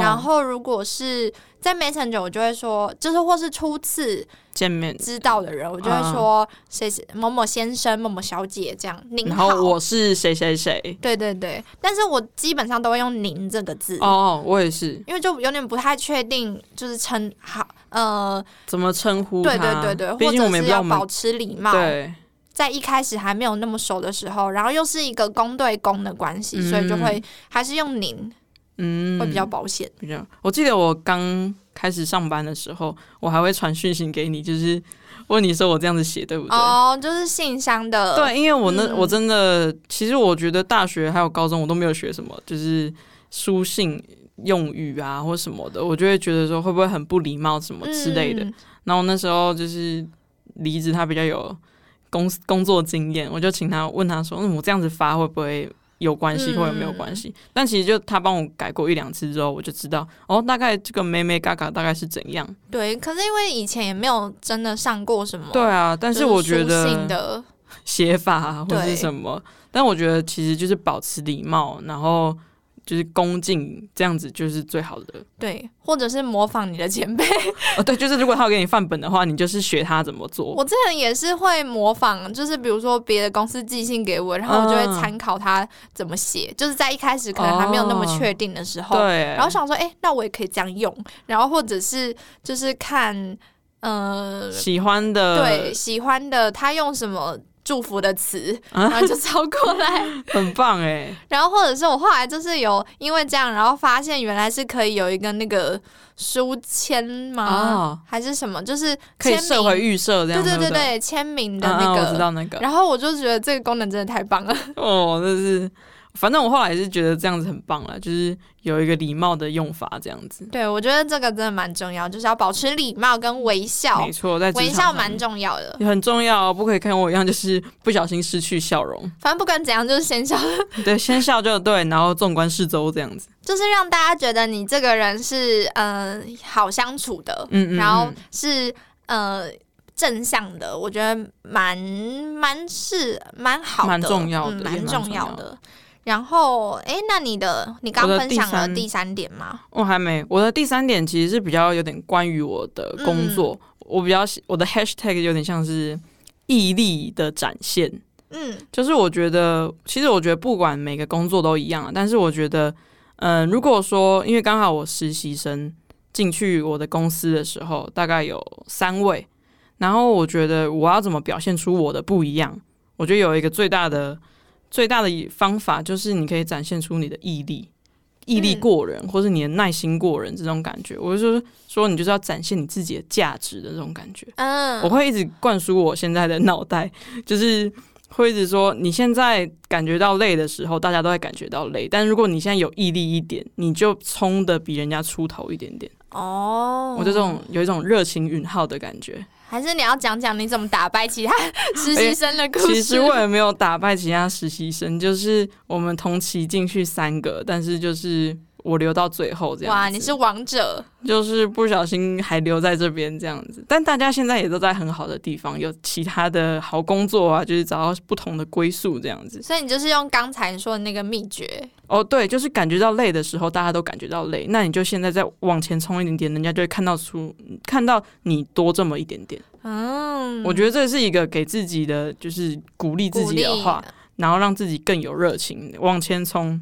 [SPEAKER 1] 嗯然后如果是在 Messenger，我就会说，就是或是初次
[SPEAKER 2] 见面，
[SPEAKER 1] 知道的人，我就
[SPEAKER 2] 嗯
[SPEAKER 1] 会说谁谁某某先生、某某小姐这样。您
[SPEAKER 2] 然
[SPEAKER 1] 好，
[SPEAKER 2] 后我是谁谁谁，
[SPEAKER 1] 对对对，但是我基本上都会用“您”这个字，
[SPEAKER 2] 哦，我也是，
[SPEAKER 1] 因为就有点不太确定，就是称好呃，
[SPEAKER 2] 怎么称呼
[SPEAKER 1] 对
[SPEAKER 2] 他
[SPEAKER 1] 对对对，
[SPEAKER 2] 毕
[SPEAKER 1] 或
[SPEAKER 2] 竟我
[SPEAKER 1] 者
[SPEAKER 2] 们
[SPEAKER 1] 是
[SPEAKER 2] 也不知道
[SPEAKER 1] 要
[SPEAKER 2] 我们
[SPEAKER 1] 保持礼貌，
[SPEAKER 2] 对，
[SPEAKER 1] 在一开始还没有那么熟的时候，然后又是一个公对公的关系，
[SPEAKER 2] 嗯
[SPEAKER 1] 所以就会还是用“您”
[SPEAKER 2] 嗯，
[SPEAKER 1] 会比较保险。
[SPEAKER 2] 比较，我记得我刚开始上班的时候，我还会传讯息给你，就是问你说我这样子写对不对？
[SPEAKER 1] 哦，就是信箱的，
[SPEAKER 2] 对，因为我那、
[SPEAKER 1] 嗯
[SPEAKER 2] 我真的，其实我觉得大学还有高中我都没有学什么，就是书信用语啊或什么的，我就会觉得说会不会很不礼貌什么之类的。
[SPEAKER 1] 嗯
[SPEAKER 2] 然后那时候就是离职，他比较有工工作经验，我就请他问他说：“嗯，我这样子发会不会有关系，
[SPEAKER 1] 嗯
[SPEAKER 2] 或者没有关系？”但其实就他帮我改过一两次之后，我就知道哦，大概这个妹妹嘎嘎大概是怎样。
[SPEAKER 1] 对。可是因为以前也没有真的上过什么，
[SPEAKER 2] 对，啊，但是我觉
[SPEAKER 1] 信
[SPEAKER 2] 得
[SPEAKER 1] 的，
[SPEAKER 2] 写法啊或是
[SPEAKER 1] 对
[SPEAKER 2] 什么，但我觉得其实就是保持礼貌，然后就是恭敬，这样子就是最好的。
[SPEAKER 1] 对，或者是模仿你的前辈。
[SPEAKER 2] 哦，对，就是如果他有给你范本的话，你就是学他怎么做。
[SPEAKER 1] 我之前也是会模仿，就是比如说别的公司寄信给我，然后我就会参考他怎么写，就是在一开始可能还没有那么确定的时候，
[SPEAKER 2] 对，
[SPEAKER 1] 然后想说，哎、那我也可以这样用，然后或者是就是看，呃，
[SPEAKER 2] 喜欢的
[SPEAKER 1] 对，喜欢的他用什么。祝福的词，然后就抄过来，
[SPEAKER 2] 很棒哎、
[SPEAKER 1] 然后或者是我后来就是有因为这样，然后发现原来是可以有一个那个书签吗？
[SPEAKER 2] 哦
[SPEAKER 1] 还是什么？就是
[SPEAKER 2] 可以
[SPEAKER 1] 签
[SPEAKER 2] 设
[SPEAKER 1] 名
[SPEAKER 2] 回预设这样，
[SPEAKER 1] 对
[SPEAKER 2] 对
[SPEAKER 1] 对
[SPEAKER 2] 不
[SPEAKER 1] 对对，签名的
[SPEAKER 2] 嗯嗯
[SPEAKER 1] 那
[SPEAKER 2] 我知
[SPEAKER 1] 个。
[SPEAKER 2] 道那个。
[SPEAKER 1] 然后我就觉得这个功能真的太棒了，
[SPEAKER 2] 哦，这是反正我后来也是觉得这样子很棒了，就是有一个礼貌的用法这样子。
[SPEAKER 1] 对，我觉得这个真的蛮重要，就是要保持礼貌跟微笑
[SPEAKER 2] 没，错，在职
[SPEAKER 1] 微
[SPEAKER 2] 场
[SPEAKER 1] 笑
[SPEAKER 2] 上
[SPEAKER 1] 蛮重要的。
[SPEAKER 2] 很重要，啊不可以跟我一样就是不小心失去笑 容。
[SPEAKER 1] 反正不管怎样，就是先笑，
[SPEAKER 2] 对，先笑就对，然后纵观四周这样子。
[SPEAKER 1] 就是让大家觉得你这个人是嗯、呃好相处的，
[SPEAKER 2] 嗯嗯嗯
[SPEAKER 1] 然后是呃正向的，我觉得蛮蛮是蛮好的，
[SPEAKER 2] 蛮重要的
[SPEAKER 1] 嗯
[SPEAKER 2] 也
[SPEAKER 1] 蛮
[SPEAKER 2] 蛮
[SPEAKER 1] 重
[SPEAKER 2] 重
[SPEAKER 1] 要
[SPEAKER 2] 要
[SPEAKER 1] 的。然后，哎，那你的你刚
[SPEAKER 2] 我的
[SPEAKER 1] 分
[SPEAKER 2] 第
[SPEAKER 1] 享了
[SPEAKER 2] 三
[SPEAKER 1] 第三点吗？
[SPEAKER 2] 我哦还没，我的第三点其实是比较有点关于我的工作，
[SPEAKER 1] 嗯
[SPEAKER 2] 我比较喜我的 hashtag 有点像是毅力的展现，
[SPEAKER 1] 嗯，
[SPEAKER 2] 就是我觉得，其实我觉得不管每个工作都一样啊，但是我觉得，嗯、如果说因为刚好我实习生进去我的公司的时候，大概有三位，然后我觉得我要怎么表现出我的不一样，我觉得有一个最大的最大的方法就是你可以展现出你的毅力。毅力
[SPEAKER 1] 嗯
[SPEAKER 2] 过人，或是你的耐心过人，这种感觉，我就是说，你就是要展现你自己的价值的这种感觉。
[SPEAKER 1] 嗯，
[SPEAKER 2] 我会一直灌输我现在的脑袋，就是会一直说，你现在感觉到累的时候，大家都会感觉到累，但如果你现在有毅力一点，你就冲的比人家出头一点点。
[SPEAKER 1] 哦，
[SPEAKER 2] 我就这种有一种热情允浩的感觉。
[SPEAKER 1] 还是你要讲讲你怎么打败其他实习生的故事？
[SPEAKER 2] 哎其实我也没有打败其他实习生，就是我们同期进去三个，但是就是。我留到最后这样子，
[SPEAKER 1] 哇，你是王者，
[SPEAKER 2] 就是不小心还留在这边这样子。但大家现在也都在很好的地方，有其他的好工作啊，就是找到不同的归宿这样子。
[SPEAKER 1] 所以你就是用刚才说的那个秘诀，
[SPEAKER 2] 哦，对，就是感觉到累的时候，大家都感觉到累，那你就现在再往前冲一点点，人家就会看到出看到你多这么一点点。
[SPEAKER 1] 嗯，
[SPEAKER 2] 我觉得这是一个给自己的，就是鼓励自
[SPEAKER 1] 鼓
[SPEAKER 2] 己的
[SPEAKER 1] 励啊
[SPEAKER 2] 话，然后让自己更有热情，往前冲，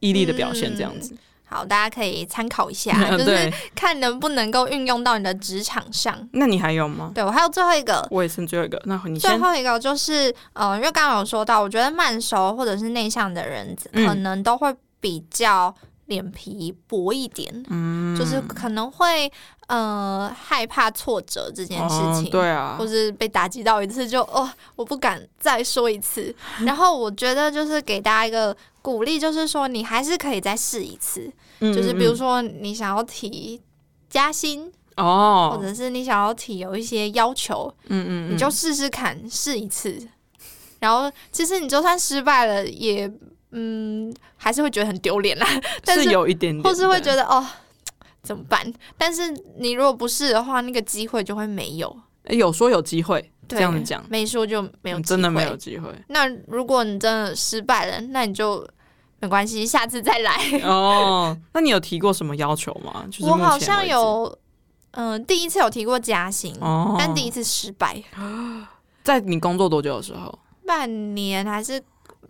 [SPEAKER 2] 毅力的表现这样子。，
[SPEAKER 1] 好，大家可以参考一下嗯就是
[SPEAKER 2] 对，
[SPEAKER 1] 看能不能够运用到你的职场上。
[SPEAKER 2] 那你还有吗？
[SPEAKER 1] 对我还有最后一个，
[SPEAKER 2] 我也剩最后一个，那你
[SPEAKER 1] 最
[SPEAKER 2] 先。
[SPEAKER 1] 后一个就是，呃，因为刚刚有说到，我觉得慢熟或者是内向的人，
[SPEAKER 2] 嗯
[SPEAKER 1] 可能都会比较脸皮薄一点，嗯，就是可能会呃害怕挫折这件事情，
[SPEAKER 2] 哦，对啊
[SPEAKER 1] 或，是被打击到一次就哦，我不敢再说一 次。然后我觉得就是给大家一个鼓励，就是说你还是可以再试一次，
[SPEAKER 2] 嗯
[SPEAKER 1] 就是比如
[SPEAKER 2] 说
[SPEAKER 1] 说你想要提加薪，或
[SPEAKER 2] 哦，
[SPEAKER 1] 者是你想要提有一些要求，
[SPEAKER 2] 嗯嗯，嗯
[SPEAKER 1] 你就试试看，试一次。然后其实你就算失败了，也嗯还是会觉得很丢脸啦，但
[SPEAKER 2] 是
[SPEAKER 1] 是
[SPEAKER 2] 有一点点的，
[SPEAKER 1] 或是会觉得哦。怎么办？但是你如果不试的话，那个机会就会没有。
[SPEAKER 2] 诶有说有机会
[SPEAKER 1] 对
[SPEAKER 2] 这样子讲，
[SPEAKER 1] 没说就没有、
[SPEAKER 2] 嗯真的没有。机会
[SPEAKER 1] 那如果你真的失败了，那你就没关系，下次再 来。
[SPEAKER 2] 哦。那你有提过什么要求吗？就是
[SPEAKER 1] 我
[SPEAKER 2] 目
[SPEAKER 1] 好
[SPEAKER 2] 前
[SPEAKER 1] 像
[SPEAKER 2] 为止
[SPEAKER 1] 有，嗯、第一次有提过加薪，
[SPEAKER 2] 哦，
[SPEAKER 1] 但第一次失败，
[SPEAKER 2] 在你工作多久的时候？
[SPEAKER 1] 半年还是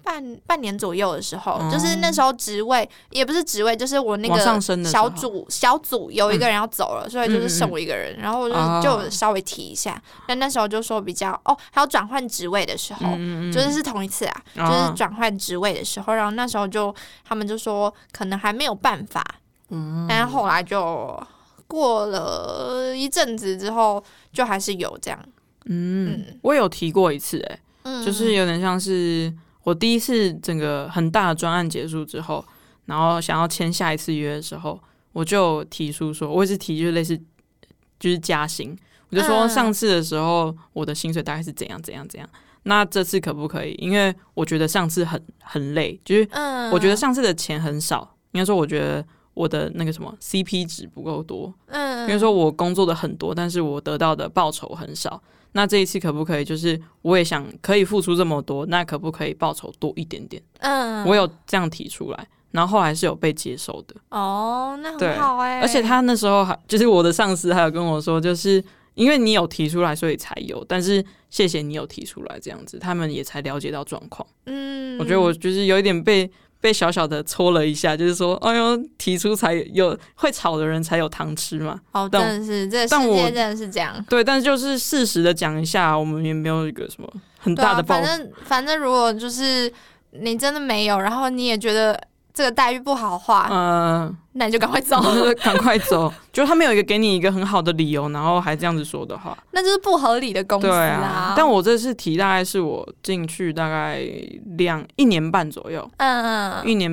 [SPEAKER 1] 半半年左右的时候，就是那时候职位也不是职位，就是我那
[SPEAKER 2] 哦往上
[SPEAKER 1] 个
[SPEAKER 2] 升的时
[SPEAKER 1] 小
[SPEAKER 2] 候嗯
[SPEAKER 1] 组小组有一个人要走了，所以就是剩我一个人，然后我就、
[SPEAKER 2] 哦
[SPEAKER 1] 就稍微提一下。那那时候就说比较哦，还有转换职位的时候，
[SPEAKER 2] 嗯
[SPEAKER 1] 就是是同一次啊，就
[SPEAKER 2] 啊
[SPEAKER 1] 是转换职位的时候，然后那时候就他们就说可能还没有办法，嗯，但是后来就过了一阵子之后，就还是有这样，
[SPEAKER 2] 嗯，我有提过一次、欸，
[SPEAKER 1] 嗯，
[SPEAKER 2] 就是有点像是我第一次整个很大的专案结束之后，然后想要签下一次约的时候，我就提出说，我也是提就是类似就是加薪，我就说
[SPEAKER 1] 嗯
[SPEAKER 2] 上次的时候我的薪水大概是怎样怎样怎样，那这次可不可以？因为我觉得上次很很累，就是
[SPEAKER 1] 嗯，
[SPEAKER 2] 我觉得上次的钱很少，应该说我觉得我的那个什么 CP 值不够多，
[SPEAKER 1] 嗯，
[SPEAKER 2] 比如说我工作的很多，但是我得到的报酬很少。那这一次可不可以就是我也想可以付出这么多，那可不可以报酬多一点点？
[SPEAKER 1] 嗯，
[SPEAKER 2] 我有这样提出来，然后后来是有被接受的。
[SPEAKER 1] 哦，那很
[SPEAKER 2] 对
[SPEAKER 1] 好哎、
[SPEAKER 2] 而且他那时候还就是我的上司还有跟我说，就是因为你有提出来，所以才有。但是谢谢你有提出来，这样子他们也才了解到状况。
[SPEAKER 1] 嗯，
[SPEAKER 2] 我觉得我就是有一点被被小小的戳了一下，就是说，哎呦，提出才有会吵的人才有糖吃嘛。
[SPEAKER 1] 哦，
[SPEAKER 2] 但
[SPEAKER 1] 真的是这个
[SPEAKER 2] 但
[SPEAKER 1] 世
[SPEAKER 2] 我
[SPEAKER 1] 界真的是这样。
[SPEAKER 2] 对，但是就是事实的讲一下，我们也没有一个什么很
[SPEAKER 1] 对
[SPEAKER 2] 大
[SPEAKER 1] 啊
[SPEAKER 2] 的，报
[SPEAKER 1] 反正反正如果就是你真的没有，然后你也觉得这个待遇不好的话，
[SPEAKER 2] 嗯、
[SPEAKER 1] 那你就赶快 走，
[SPEAKER 2] 赶快走。就他没有一个给你一个很好的理由，然后还这样子说的话，
[SPEAKER 1] 那就是不合理的公司
[SPEAKER 2] 对啊。但我这次提大概是我进去大概两一年半左右，
[SPEAKER 1] 嗯嗯，
[SPEAKER 2] 一年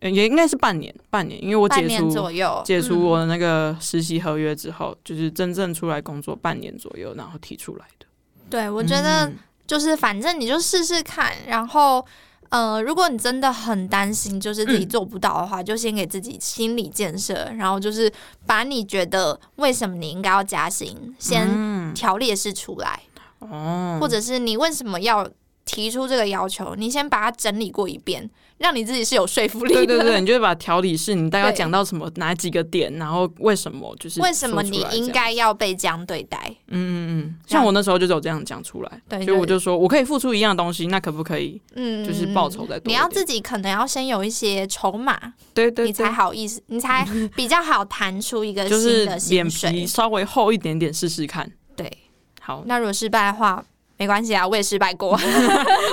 [SPEAKER 2] 呃也应该是半年，半年，因为我
[SPEAKER 1] 半
[SPEAKER 2] 解
[SPEAKER 1] 年
[SPEAKER 2] 除
[SPEAKER 1] 左右
[SPEAKER 2] 解除
[SPEAKER 1] 嗯
[SPEAKER 2] 我的那个实习合约之后，就是真正出来工作半年左右，然后提出来 的。
[SPEAKER 1] 对，我觉得
[SPEAKER 2] 嗯
[SPEAKER 1] 就是反正你就试试看，然后。呃，如果你真的很担心，就是自己
[SPEAKER 2] 嗯
[SPEAKER 1] 做不到的话，就先给自己心理建设，然后就是把你觉得为什么你应该要加薪，先
[SPEAKER 2] 嗯
[SPEAKER 1] 条列式出来，
[SPEAKER 2] 哦，
[SPEAKER 1] 或者是你为什么要提出这个要求，你先把它整理过一遍，让你自己是有说服力的。
[SPEAKER 2] 对对对，你就会把条理是你大概
[SPEAKER 1] 对
[SPEAKER 2] 讲到什么哪几个点，然后为什么就是
[SPEAKER 1] 为什么你
[SPEAKER 2] 说出来这样
[SPEAKER 1] 应该要被这样对待？
[SPEAKER 2] 嗯嗯嗯，像我那时候就只有这样讲出来，
[SPEAKER 1] 对
[SPEAKER 2] 所以我
[SPEAKER 1] 就
[SPEAKER 2] 就说我可以付出一样的东西，那可不可以
[SPEAKER 1] 嗯，
[SPEAKER 2] 就是报酬再多
[SPEAKER 1] 你
[SPEAKER 2] 一点？
[SPEAKER 1] 要自己可能要先有一些筹码，
[SPEAKER 2] 对对
[SPEAKER 1] 你才
[SPEAKER 2] 对，
[SPEAKER 1] 好意思，你才比较好谈出一个
[SPEAKER 2] 就是
[SPEAKER 1] 新的
[SPEAKER 2] 脸
[SPEAKER 1] 薪
[SPEAKER 2] 皮
[SPEAKER 1] 水。
[SPEAKER 2] 稍微厚一点点试试看。
[SPEAKER 1] 对，
[SPEAKER 2] 好，
[SPEAKER 1] 那如果失败的话，没关系啊，我也失败 过。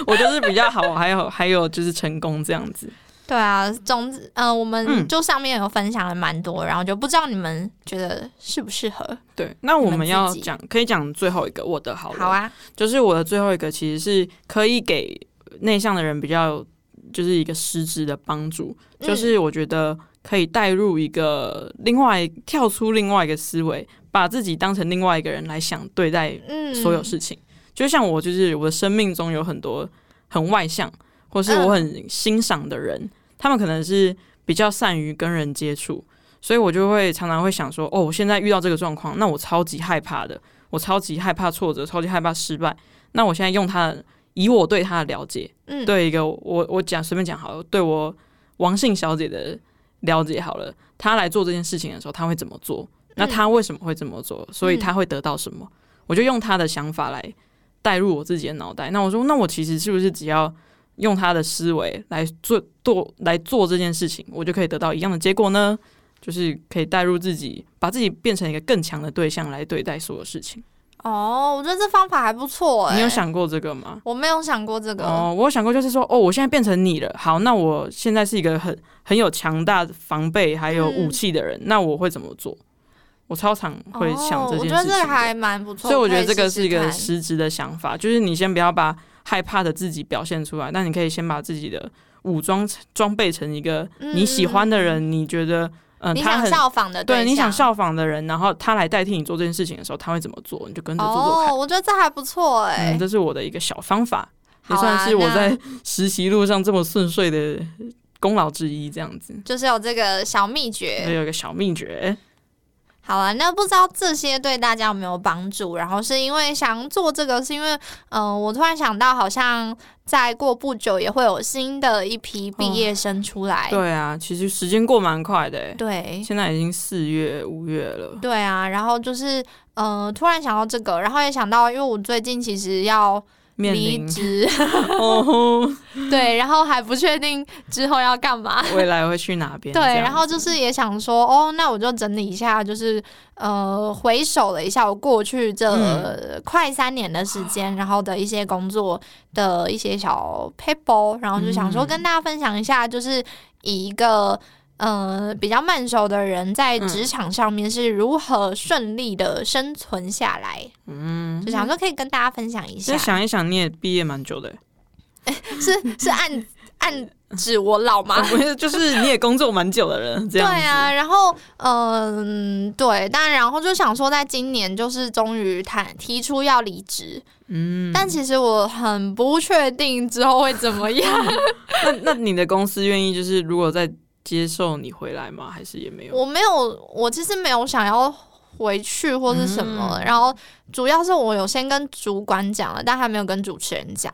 [SPEAKER 2] 我就是比较好，还有还有就是成功这样子。
[SPEAKER 1] 对啊，总之，嗯、我们
[SPEAKER 2] 嗯
[SPEAKER 1] 就上面有分享了蛮多，然后就不知道你们觉得适不适合。
[SPEAKER 2] 对，那我
[SPEAKER 1] 你们
[SPEAKER 2] 们
[SPEAKER 1] 自
[SPEAKER 2] 要
[SPEAKER 1] 己
[SPEAKER 2] 讲，可以讲最后一个我的好了。
[SPEAKER 1] 好，啊，
[SPEAKER 2] 就是我的最后一个其实是可以给内向的人比较就是一个实质的帮助，
[SPEAKER 1] 嗯
[SPEAKER 2] 就是我觉得可以带入一个另外跳出另外一个思维，把自己当成另外一个人来想对待
[SPEAKER 1] 嗯，
[SPEAKER 2] 所有事情。就像我，就是我的生命中有很多很外向，或是
[SPEAKER 1] 嗯
[SPEAKER 2] 我很欣赏的人，他们可能是比较善于跟人接触，所以我就会常常会想说，哦，我现在遇到这个状况，那我超级害怕的，我超级害怕挫折，超级害怕失败。那我现在用他的以我对他的了解，
[SPEAKER 1] 嗯，
[SPEAKER 2] 对一个我我讲随便讲好了，对我王姓小姐的了解好了，她来做这件事情的时候，她会怎么做？
[SPEAKER 1] 嗯
[SPEAKER 2] 那她为什么会这么做？所以她会得到什么？我就用她的想法来带入我自己的脑袋。那我说，那我其实是不是只要用她的思维来做做来做这件事情，我就可以得到一样的结果呢？就是可以带入自己，把自己变成一个更强的对象来对待所有事情。
[SPEAKER 1] 哦，我觉得这方法还不错、欸。
[SPEAKER 2] 你有？想过这个吗？
[SPEAKER 1] 我没有想过这个。
[SPEAKER 2] 嗯哦，我有想过，就是说，哦，我现在变成你了，好，那我现在是一个很很有强大防备还
[SPEAKER 1] 嗯
[SPEAKER 2] 有武器的人，那我会怎么做？我超常会想这
[SPEAKER 1] 哦、我
[SPEAKER 2] 件事情
[SPEAKER 1] 觉
[SPEAKER 2] 的、
[SPEAKER 1] 得这个还蛮不错，
[SPEAKER 2] 所以我觉
[SPEAKER 1] 可
[SPEAKER 2] 得这
[SPEAKER 1] 试
[SPEAKER 2] 个是
[SPEAKER 1] 试
[SPEAKER 2] 一个
[SPEAKER 1] 看
[SPEAKER 2] 实质的想法，就是你先不要把害怕的自己表现出来，那你可以先把自己的武装装备成一个你喜欢的人，你觉得嗯、呃
[SPEAKER 1] 嗯你
[SPEAKER 2] 他
[SPEAKER 1] 想
[SPEAKER 2] 很
[SPEAKER 1] 效仿的
[SPEAKER 2] 对
[SPEAKER 1] 象
[SPEAKER 2] 你想效仿的人，然后他来代替你做这件事情的时候，他会怎么做，你就跟着做做看。
[SPEAKER 1] 哦，我觉得这还不错哎、
[SPEAKER 2] 嗯，这是我的一个小方法。也
[SPEAKER 1] 好
[SPEAKER 2] 算
[SPEAKER 1] 啊
[SPEAKER 2] 是我
[SPEAKER 1] 那
[SPEAKER 2] 在实习路上这么顺遂的功劳之一，这样子。
[SPEAKER 1] 就是有这个小秘
[SPEAKER 2] 还
[SPEAKER 1] 诀。
[SPEAKER 2] 有一个小秘诀，
[SPEAKER 1] 好啊，那不知道这些对大家有没有帮助？然后是因为想做这个，是因为嗯、呃我突然想到，好像再过不久也会有新的一批毕业生出来。
[SPEAKER 2] 对啊，其实时间过蛮快的欸，
[SPEAKER 1] 哎对
[SPEAKER 2] 现在已经四月、五月了。
[SPEAKER 1] 对啊，然后就是嗯、呃突然想到这个，然后也想到，因为我最近其实要
[SPEAKER 2] 面
[SPEAKER 1] 离
[SPEAKER 2] 临
[SPEAKER 1] 职，
[SPEAKER 2] 哦吼，
[SPEAKER 1] 对，然后还不确定之后要干嘛。
[SPEAKER 2] 未来会去哪边？
[SPEAKER 1] 对，
[SPEAKER 2] 这样
[SPEAKER 1] 然后
[SPEAKER 2] 子
[SPEAKER 1] 就是也想说，哦，那我就整理一下，就是呃，回首了一下我过去这
[SPEAKER 2] 嗯
[SPEAKER 1] 快三年的时间，然后的一些工作的一些小 paper，然后就想说
[SPEAKER 2] 嗯
[SPEAKER 1] 跟大家分享一下，就是以一个。呃，比较慢熟的人在
[SPEAKER 2] 嗯
[SPEAKER 1] 职场上面是如何顺利的生存下来，
[SPEAKER 2] 嗯，
[SPEAKER 1] 就想说可以跟大家分享一下
[SPEAKER 2] 就，想一想，你也毕业蛮久的欸，
[SPEAKER 1] 是是暗暗指我老吗？
[SPEAKER 2] 不是，就是你也工作蛮久的人，这样子
[SPEAKER 1] 啊对啊，，然后嗯、对，但然后就想说，在今年就是终于谈提出要离职，
[SPEAKER 2] 嗯，
[SPEAKER 1] 但其实我很不确定之后会怎么 样，
[SPEAKER 2] 那那你的公司愿意就是如果再接受你回来吗？还是也没有？
[SPEAKER 1] 我没有，我其实没有想要。回去或是什么，
[SPEAKER 2] 嗯
[SPEAKER 1] 然后主要是我有先跟主管讲了，但还没有跟主持人讲，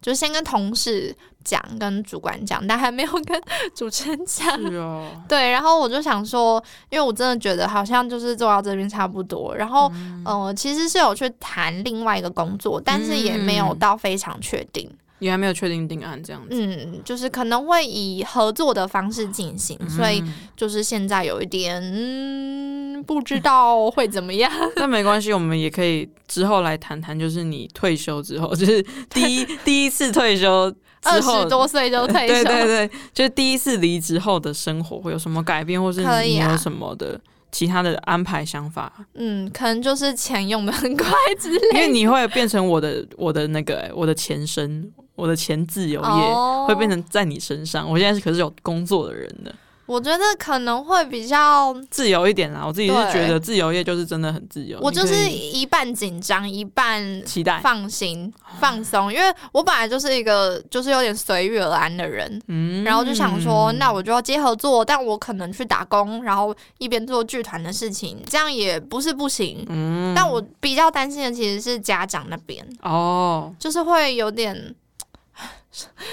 [SPEAKER 1] 就先跟同事讲，跟主管讲，但还没有跟主持人讲。
[SPEAKER 2] 是哦，
[SPEAKER 1] 对，然后我就想说，因为我真的觉得好像就是做到这边差不多，然后、
[SPEAKER 2] 嗯
[SPEAKER 1] 呃，其实是有去谈另外一个工作，但是也没有
[SPEAKER 2] 嗯
[SPEAKER 1] 到非常确定，
[SPEAKER 2] 你还没有确定定案这样 子，
[SPEAKER 1] 嗯就是可能会以合作的方式进行，所以
[SPEAKER 2] 嗯
[SPEAKER 1] 就是现在有一点、嗯、不知道会怎么 样。
[SPEAKER 2] 那没关系，我们也可 以之后来谈谈，就是你退休之后，就是第一第一次退休之
[SPEAKER 3] 二
[SPEAKER 2] 后
[SPEAKER 3] 十多岁就退
[SPEAKER 2] 对
[SPEAKER 3] 休，
[SPEAKER 2] 对对，就是第一次离职后的生活会有什么改变，或是
[SPEAKER 1] 可
[SPEAKER 2] 你
[SPEAKER 1] 以啊
[SPEAKER 2] 有什么的其他的安排想法？
[SPEAKER 1] 嗯，可能就是钱用的很快之
[SPEAKER 2] 因为
[SPEAKER 1] 类的，
[SPEAKER 2] 你会变成我的我的那个、欸我的前身，我的前自由业、
[SPEAKER 1] 哦
[SPEAKER 2] 会变成在你身上。我现在是可是有工作的人的，
[SPEAKER 1] 我觉得可能会比较，
[SPEAKER 2] 自由一点啦。我自己是
[SPEAKER 1] 对
[SPEAKER 2] 觉得自由业就是真的很自由，
[SPEAKER 1] 我
[SPEAKER 2] 你
[SPEAKER 1] 就
[SPEAKER 2] 可
[SPEAKER 1] 是
[SPEAKER 2] 以
[SPEAKER 1] 一半紧张一半
[SPEAKER 2] 期待。
[SPEAKER 1] 放心放松，因为我本来就是一个就是有点随遇而安的人。
[SPEAKER 2] 嗯
[SPEAKER 1] 然后就想说，那我就要接合作，但我可能去打工，然后一边做剧团的事情，这样也不是不行。
[SPEAKER 2] 嗯
[SPEAKER 1] 但我比较担心的其实是家长那边，
[SPEAKER 2] 哦，
[SPEAKER 1] 就是会有点，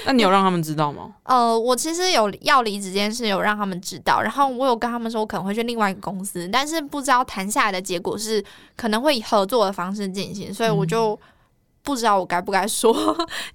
[SPEAKER 2] 那你有让他们知道吗？
[SPEAKER 1] 呃，我其实有要离职这件事有让他们知道，然后我有跟他们说我可能会去另外一个公司，但是不知道谈下来的结果是可能会以合作的方式进行，所以我就不知道我该不该说，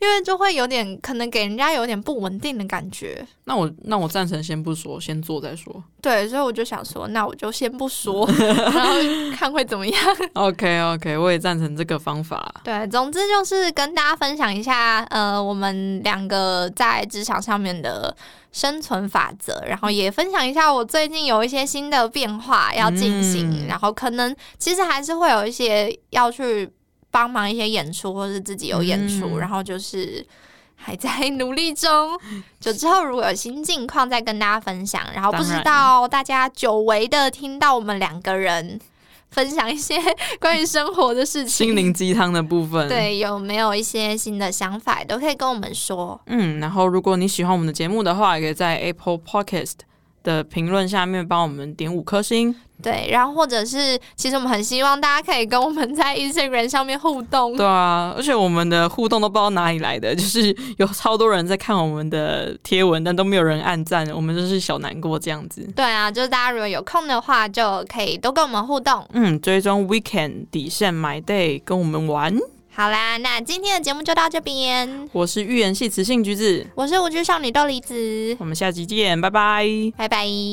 [SPEAKER 1] 因为就会有点可能给人家有点不稳定的感觉。
[SPEAKER 2] 那我那我赞成先不说，先做再说。
[SPEAKER 1] 对，所以我就想说，那我就先不说， 然后看会怎么样。
[SPEAKER 2] OK OK，我也赞成这个方法。
[SPEAKER 1] 对，总之就是跟大家分享一下，呃，我们两个在职场上面的生存法则，然
[SPEAKER 2] 嗯
[SPEAKER 1] 后也分享一下我最近有一些新的变化要进行，
[SPEAKER 2] 嗯
[SPEAKER 1] 然后可能其实还是会有一些要去帮忙一些演出，或是自己有演出，
[SPEAKER 2] 嗯
[SPEAKER 1] 然后就是。还在努力中，就之后如果有新近况再跟大家分享。然后不
[SPEAKER 2] 当
[SPEAKER 1] 知
[SPEAKER 2] 然
[SPEAKER 1] 道大家久违的听到我们两个人分享一些 关于生活的事情，
[SPEAKER 2] 心灵鸡汤的部分，，
[SPEAKER 1] 对，有没有一些新的想法，也都可以跟我们说。
[SPEAKER 2] 嗯，然后如果你喜欢我们的节目的话，也可以在 Apple Podcast 的评论下面帮我们点五颗星。
[SPEAKER 1] 对，然后或者是，其实我们很希望大家可以跟我们在 Instagram 上面互 动。
[SPEAKER 2] 对啊，而且我们的互动都不知道哪里来的，就是有超多人在看我们的贴文，但都没有人按赞，我们就是小难过这样子。
[SPEAKER 1] 对啊，就是大家如果有空的话，就可以多跟我们互动。
[SPEAKER 2] 嗯，追踪 Weekend 底线 My Day 跟我们玩。
[SPEAKER 1] 好啦，那今天的节目就到这边。
[SPEAKER 2] 我是预言系雌性橘子，
[SPEAKER 1] 我是无惧少女豆梨子，
[SPEAKER 2] 我们下期见，拜拜。
[SPEAKER 1] 拜拜。